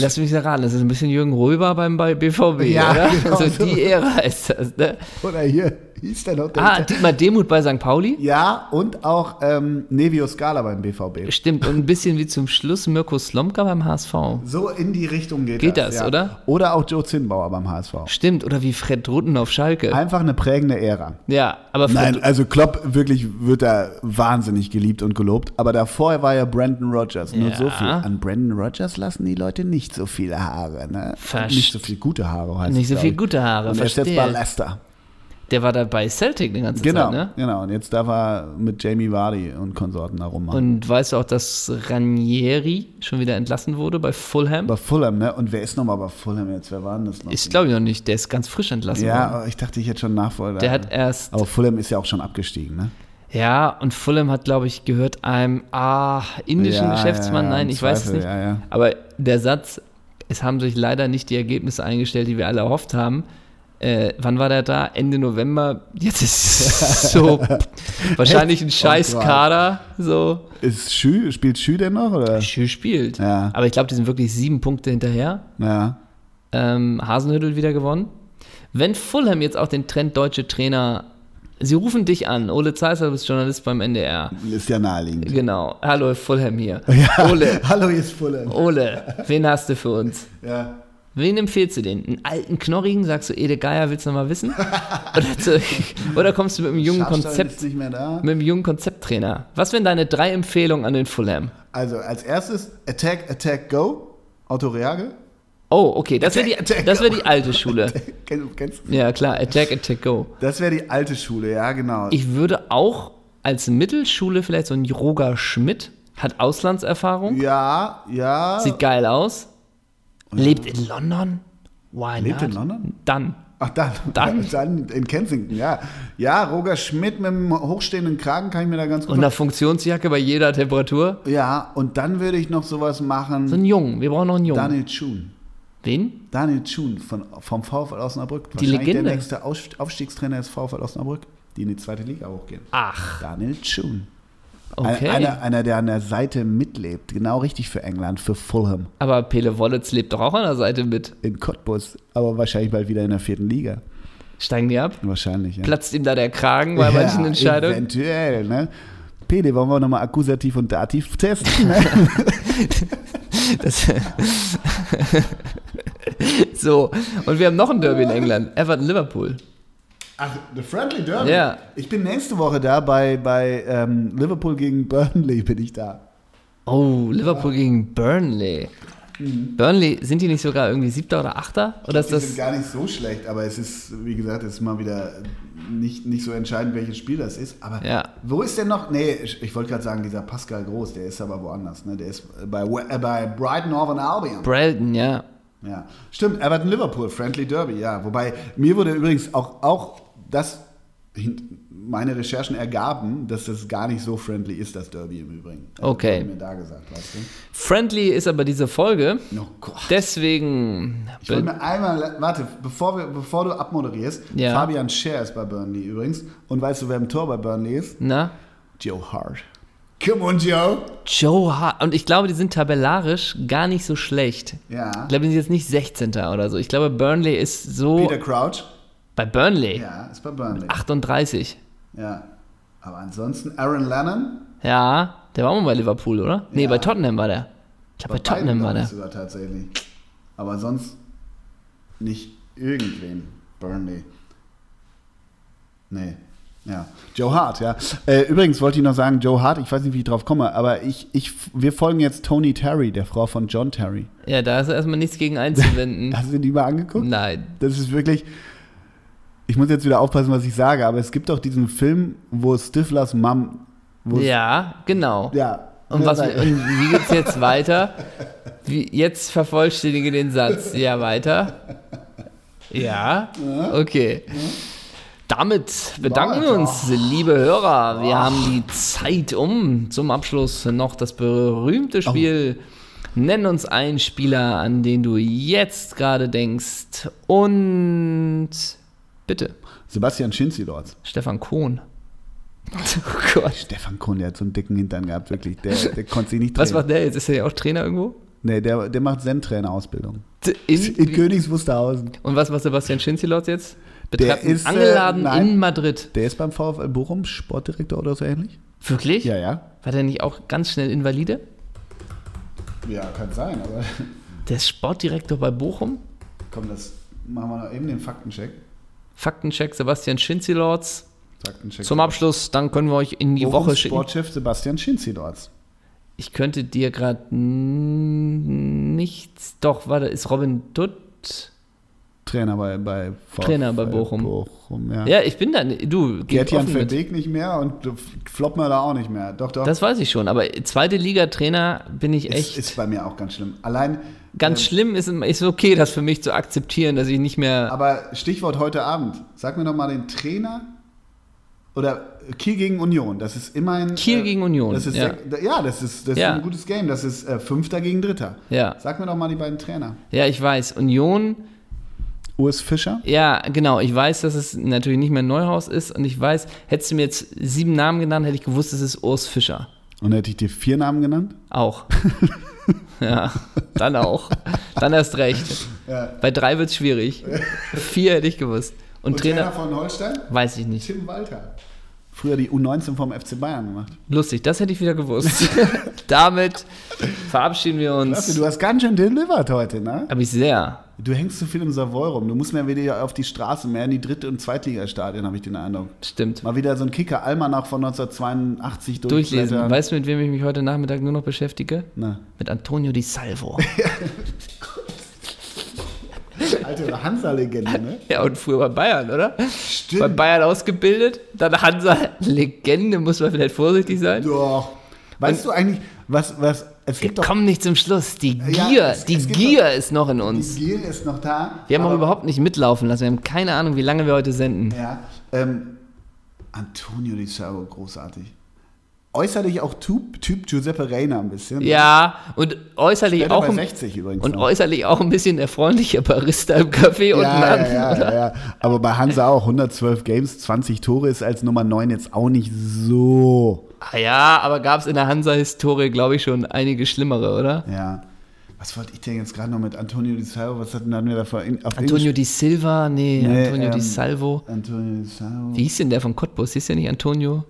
Lass mich raten, das ist ein bisschen Jürgen Röber beim bei BVB,
Ja,
oder?
genau
also
so.
die Ära ist das, ne?
Oder hier hieß der noch der.
Ah, Dietmar Demuth bei St. Pauli?
Ja, und auch ähm, Nevio Scala beim BVB.
Stimmt, und ein bisschen wie zum Schluss Mirko Slomka beim HSV.
So in die Richtung geht,
Geht das,
ja.
oder?
Oder auch Joe Zinnbauer beim HSV.
Stimmt, oder wie Fred Rutten auf Schalke.
Einfach eine prägende Ära.
Ja, aber Fred,
Nein, also Klopp wirklich wird da wahnsinnig geliebt und gelobt. Aber davor war ja Brandon Rogers. Nur
Ja.
so viel. An Brandon Rogers lassen die Leute nicht so viele Haare. Ne?
Verst-
Nicht so viel gute Haare heißt
Nicht
es,
so
glaub
viel
ich.
gute Haare,
Und er ist jetzt
verstehe.
bei Leicester.
der war da bei Celtic die ganze
Genau,
Zeit, ne?
genau. Und jetzt darf er mit Jamie Vardy und Konsorten da rummachen.
Und weißt du auch, dass Ranieri schon wieder entlassen wurde bei Fulham?
Bei Fulham, ne? Und wer ist nochmal bei Fulham jetzt? Wer war denn das noch?
Ist, glaube ich, noch nicht. Der ist ganz frisch entlassen
ja,
worden.
aber ich dachte, ich hätte schon Nachfolger.
Der hat erst,
aber Fulham ist ja auch schon abgestiegen, ne?
ja, und Fulham hat, glaube ich, gehört einem ah, indischen
Ja,
Geschäftsmann,
ja, ja,
nein,
im
ich weiß es
Zweifel,
nicht.
ja, ja.
Aber der Satz, es haben sich leider nicht die Ergebnisse eingestellt, die wir alle erhofft haben. Äh, wann war der da? Ende November. Jetzt ist so wahrscheinlich ein scheiß
Oh Gott.
Kader. So.
Ist Schü, spielt Schü denn noch? Oder?
Schön spielt.
Ja.
Aber ich glaube, die sind wirklich sieben Punkte hinterher.
Ja.
Ähm, Hasenhüttel wieder gewonnen. Wenn Fulham jetzt auch den Trend deutsche Trainer, sie rufen dich an, Ole Zeisler, du bist Journalist beim NDR.
Ist ja naheliegend.
Genau. Hallo Fulham hier. Ole,
Hallo, hier ist Fulham.
Oh. Ole, wen hast du für uns?
Ja.
Wen empfiehlst du den? Einen alten Knorrigen, sagst du, Ede Geier, willst du noch mal wissen? Oder, zu, oder kommst du mit einem jungen
Schafstein
Konzept,
ist nicht mehr da.
mit einem jungen Konzepttrainer? Was wären deine drei Empfehlungen an den Fulham?
Also als erstes Attack, Attack, Go. Otto Reage.
Oh, okay, das wäre die,
Attack, attack,
das wär die alte Schule.
Kennst, kennst. du?
Ja, klar, Attack, Attack, Go.
Das wäre die alte Schule, ja, genau.
Ich würde auch als Mittelschule vielleicht so ein Roger Schmidt, hat Auslandserfahrung,
ja, ja.
sieht geil aus, lebt in London. Why
Lebt
not?
in London?
Dann.
Ach, dann,
Dann.
dann. in Kensington, ja. Ja, Roger Schmidt mit dem hochstehenden Kragen kann ich mir da ganz gut
Und eine Funktionsjacke bei jeder Temperatur.
Ja, und dann würde ich noch sowas
So
machen.
einen Jungen, wir brauchen noch einen Jungen.
Daniel Chun.
Wen?
Daniel Chun von, vom VfL Osnabrück.
Die
Wahrscheinlich
Legende.
Der nächste Aus- Aufstiegstrainer ist VfL Osnabrück, die in die zweite Liga hochgehen.
Ach,
Daniel Chun.
okay.
Ein, einer, einer, der an der Seite mitlebt. Genau richtig für England, für Fulham.
Aber Pele Wallets lebt doch auch an der Seite mit.
In Cottbus, aber wahrscheinlich bald wieder in der vierten Liga.
Steigen die ab?
Wahrscheinlich, ja.
Platzt ihm da der Kragen bei
ja,
manchen Entscheidungen?
Eventuell, ne? Pele, wollen wir nochmal Akkusativ und Dativ testen? Ne?
Das so, und wir haben noch ein Derby in England. Everton Liverpool.
Ach, The Friendly Derby?
Ja.
Ich bin nächste Woche da bei, bei ähm, Liverpool gegen Burnley bin ich da.
Oh, Liverpool gegen Burnley. Burnley, sind die nicht sogar irgendwie Siebter oder Achter? Oder ist
Mhm. Die sind
das.
gar nicht so schlecht, aber es ist, wie gesagt, es ist mal wieder nicht, nicht so entscheidend, welches Spiel das ist. Aber
Ja.
wo ist denn noch? Nee, ich, ich wollte gerade sagen, dieser Pascal Groß, der ist aber woanders. Ne? Der ist bei, äh, bei Brighton Northern Albion.
Brelton, ja.
Ja, stimmt. Everton Liverpool, Friendly Derby, ja. Wobei mir wurde übrigens auch, auch das, hin- meine Recherchen ergaben, dass das gar nicht so friendly ist, das Derby im Übrigen. Also
Okay.
wurde Mir da gesagt, weißt du?
Friendly ist aber diese Folge.
Oh Gott.
Deswegen.
Ich wollte mir einmal, warte, bevor, wir, bevor du abmoderierst,
Ja.
Fabian Scher ist bei Burnley übrigens. Und weißt du, wer im Tor bei Burnley ist?
Na?
Joe Hart. Come on, Joe.
Joe Hart. Und ich glaube, die sind tabellarisch gar nicht so schlecht.
Ja.
Ich glaube, die sind jetzt nicht 16. oder so. Ich glaube, Burnley ist so.
Peter Crouch.
bei Burnley.
Ja, ist bei Burnley.
38.
Ja. Aber ansonsten Aaron Lennon.
Ja, der war auch mal bei Liverpool, oder? Nee,
Ja.
bei Tottenham war der. Ich glaube, bei,
beiden,
Tottenham war
glaub ich,
der.
sogar tatsächlich. Aber sonst nicht irgendwen. Burnley. Nee. Ja. Joe Hart, ja. Äh, übrigens wollte ich noch sagen, Joe Hart, ich weiß nicht, wie ich drauf komme, aber ich, ich, wir folgen jetzt Tony Terry, der Frau von John Terry.
Mhm. Ja, da ist erstmal nichts gegen einzuwenden.
Hast du die mal angeguckt?
Nein.
Das ist wirklich. ich muss jetzt wieder aufpassen, was ich sage, aber es gibt doch diesen Film, wo Stiflers Mom. Wo
Ja, genau.
ja.
Und,
Ja,
was,
sag-
und wie geht's jetzt weiter? Wie, jetzt vervollständige den Satz. Ja, weiter. Ja, okay. Damit bedanken wir uns, liebe Hörer. Wir haben die Zeit um. Zum Abschluss noch das berühmte Spiel. Nenn uns einen Spieler, an den du jetzt gerade denkst. Und bitte,
Sebastian Schinzilords.
Stefan Kohn. Oh Gott.
Stefan Kuhn, der hat so einen dicken Hintern gehabt, wirklich. Der, der konnte sich nicht
Was
drehen.
macht der jetzt? Ist er ja auch Trainer irgendwo?
Nee, der, der macht Zen-Trainer-Ausbildung.
In,
In Königs Wusterhausen.
Und was macht Sebastian Schinzilot jetzt? Betreibt
Der ist,
einen Angeladen
äh, nein.
in Madrid.
Der ist beim VfL Bochum Sportdirektor oder so ähnlich?
Wirklich?
Ja, ja.
War der nicht auch ganz schnell Invalide?
Ja, kann sein, aber
Der ist Sportdirektor bei Bochum.
komm, das machen wir noch eben den Faktencheck.
Faktencheck Sebastian Schinzilorts.
Faktencheck.
Zum Abschluss, dann können wir euch in die Woche schicken.
Sportchef Sebastian Schinzidorz.
Ich könnte dir gerade nichts. Doch, warte, ist Robin Dutt.
Trainer bei, bei VfL
Trainer bei Bochum.
Bochum ja.
Ja, ich bin da. Du, geht
Gertjan
offen mit.
Verbeek nicht mehr und Flopmöller auch nicht mehr. Doch, doch.
Das weiß ich schon, aber zweite Liga-Trainer bin ich echt.
ist, ist bei mir auch ganz schlimm. Allein,
ganz
ähm,
schlimm ist, ist okay, das für mich zu akzeptieren, dass ich nicht mehr.
aber Stichwort heute Abend. Sag mir doch mal den Trainer oder Kiel gegen Union. Das ist immerhin.
Kiel gegen Union,
Das ist
ja.
sech- ja, das ist, das
Ja.
ist ein gutes Game. Das ist äh, Fünfter gegen Dritter.
Ja.
Sag mir doch mal die beiden Trainer.
ja, ich weiß. Union
Urs Fischer.
Ja, genau. Ich weiß, dass es natürlich nicht mehr Neuhaus ist und ich weiß, hättest du mir jetzt sieben Namen genannt, hätte ich gewusst, es ist Urs Fischer.
Und hätte ich dir vier Namen genannt?
Auch. ja, dann auch. Dann erst recht. Bei drei wird's schwierig. Vier hätte ich gewusst. Und,
Und
Trainer,
Trainer von Holstein?
weiß ich nicht.
Tim Walter. Früher die U19 vom FC Bayern gemacht.
Lustig, das hätte ich wieder gewusst. Damit verabschieden wir
Lasse,
uns.
du hast ganz schön delivered heute, ne?
Hab ich sehr.
Du hängst zu viel im Savoy rum. Du musst mehr wieder auf die Straße, mehr in die Dritte- und Zweitligastadien, habe ich den Eindruck.
Stimmt.
Mal wieder so ein Kicker-Almanach von 1982
Durchlesen.
durchblättern.
Weißt du, mit wem ich mich heute Nachmittag nur noch beschäftige?
Na,
Mit Antonio Di Salvo.
alte Hansa-Legende, ne?
Ja, und früher bei Bayern, oder?
Stimmt.
Bei Bayern ausgebildet, dann Hansa Legende, muss man vielleicht vorsichtig sein.
Doch. Weißt du eigentlich, was, was, es
Wir
gibt doch,
kommen nicht zum Schluss. Die
Ja,
Gier,
es-
die
es gibt
Gier ist noch in
die
uns.
Gier ist noch da.
Wir haben auch
aber-
überhaupt nicht mitlaufen lassen. Wir haben keine Ahnung, wie lange wir heute senden.
Ja, ähm, Antonio Di Salvo, großartig. Äußerlich auch Typ, typ Giuseppe Reina ein bisschen. ne?
Ja, und äußerlich
Später
auch
bei
ein-
60 übrigens
und
noch.
äußerlich auch ein bisschen der freundliche Barista im Café
Ja,
unten
ja,
an.
ja, ja, ja. Aber bei Hansa auch 112 Games, 20 Tore ist als Nummer 9 jetzt auch nicht so.
Ah ja, aber gab es in der Hansa-Historie, glaube ich, schon einige schlimmere, oder?
Ja. Was wollte ich denn jetzt gerade noch mit Antonio Di Salvo? Was hatten hatten wir da vor? in- Auf
Antonio
Englisch?
Di Silva, nee,
Nee,
Antonio Di
ähm,
Salvo.
Antonio Di Salvo.
Wie hieß denn der von Cottbus? Hieß der nicht Antonio?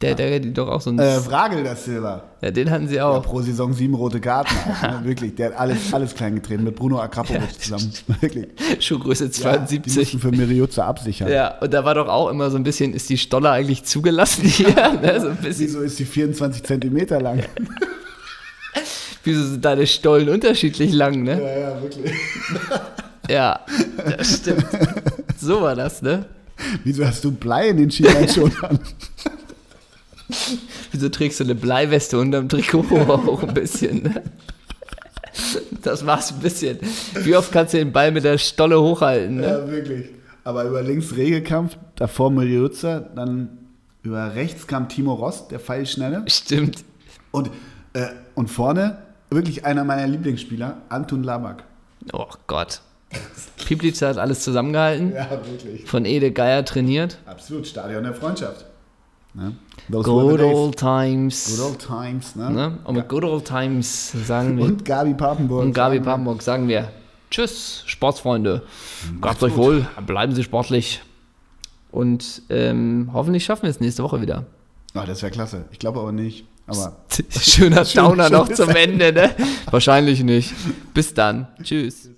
Der, der, der doch auch so ein.
Äh, Fragel das Silber.
ja, den hatten sie
Ja,
auch.
pro Saison sieben rote Karten. Also, ne? Wirklich, der hat alles, alles klein getreten mit Bruno Akrapovic zusammen. Wirklich.
Schuhgröße
Ja, die
72.
mussten für Miriuza absichern.
Ja, und da war doch auch immer so ein bisschen, ist die Stolle eigentlich zugelassen hier? ne? so ein bisschen,
Wieso ist die 24 Zentimeter lang?
wieso sind deine Stollen unterschiedlich lang, ne?
Ja, ja, wirklich.
Ja, das stimmt. So war das, ne?
Wieso hast du Blei in den Schienbeinschonern?
Wieso trägst du eine Bleiweste unterm Trikot auch ein bisschen, ne? Das war's ein bisschen. Wie oft kannst du den Ball mit der Stolle hochhalten, ne?
ja, wirklich. Aber über links Regekampf, davor Miriuza, dann über rechts kam Timo Rost, der Pfeilschnelle.
Stimmt.
Und, äh, und vorne wirklich einer meiner Lieblingsspieler, Anton Labak.
Oh Gott. Piplitzer hat alles zusammengehalten.
Ja, wirklich.
Von Ede Geier trainiert.
Absolut, Stadion der Freundschaft. Ne? Those were
Good
the days.
old times.
Good old times, ne?
ne? Und mit Good old times sagen wir. Und,
Und Gabi Papenburg.
Gabi Pamburg sagen wir. Tschüss, Sportsfreunde. Gabt euch wohl, bleiben Sie sportlich. Und ähm, hoffentlich schaffen wir es nächste Woche wieder.
Ah, das wäre klasse. Ich glaube aber nicht. Aber
Schöner Downer noch
schönes
zum Ende, ne? Wahrscheinlich nicht. Bis dann. Tschüss.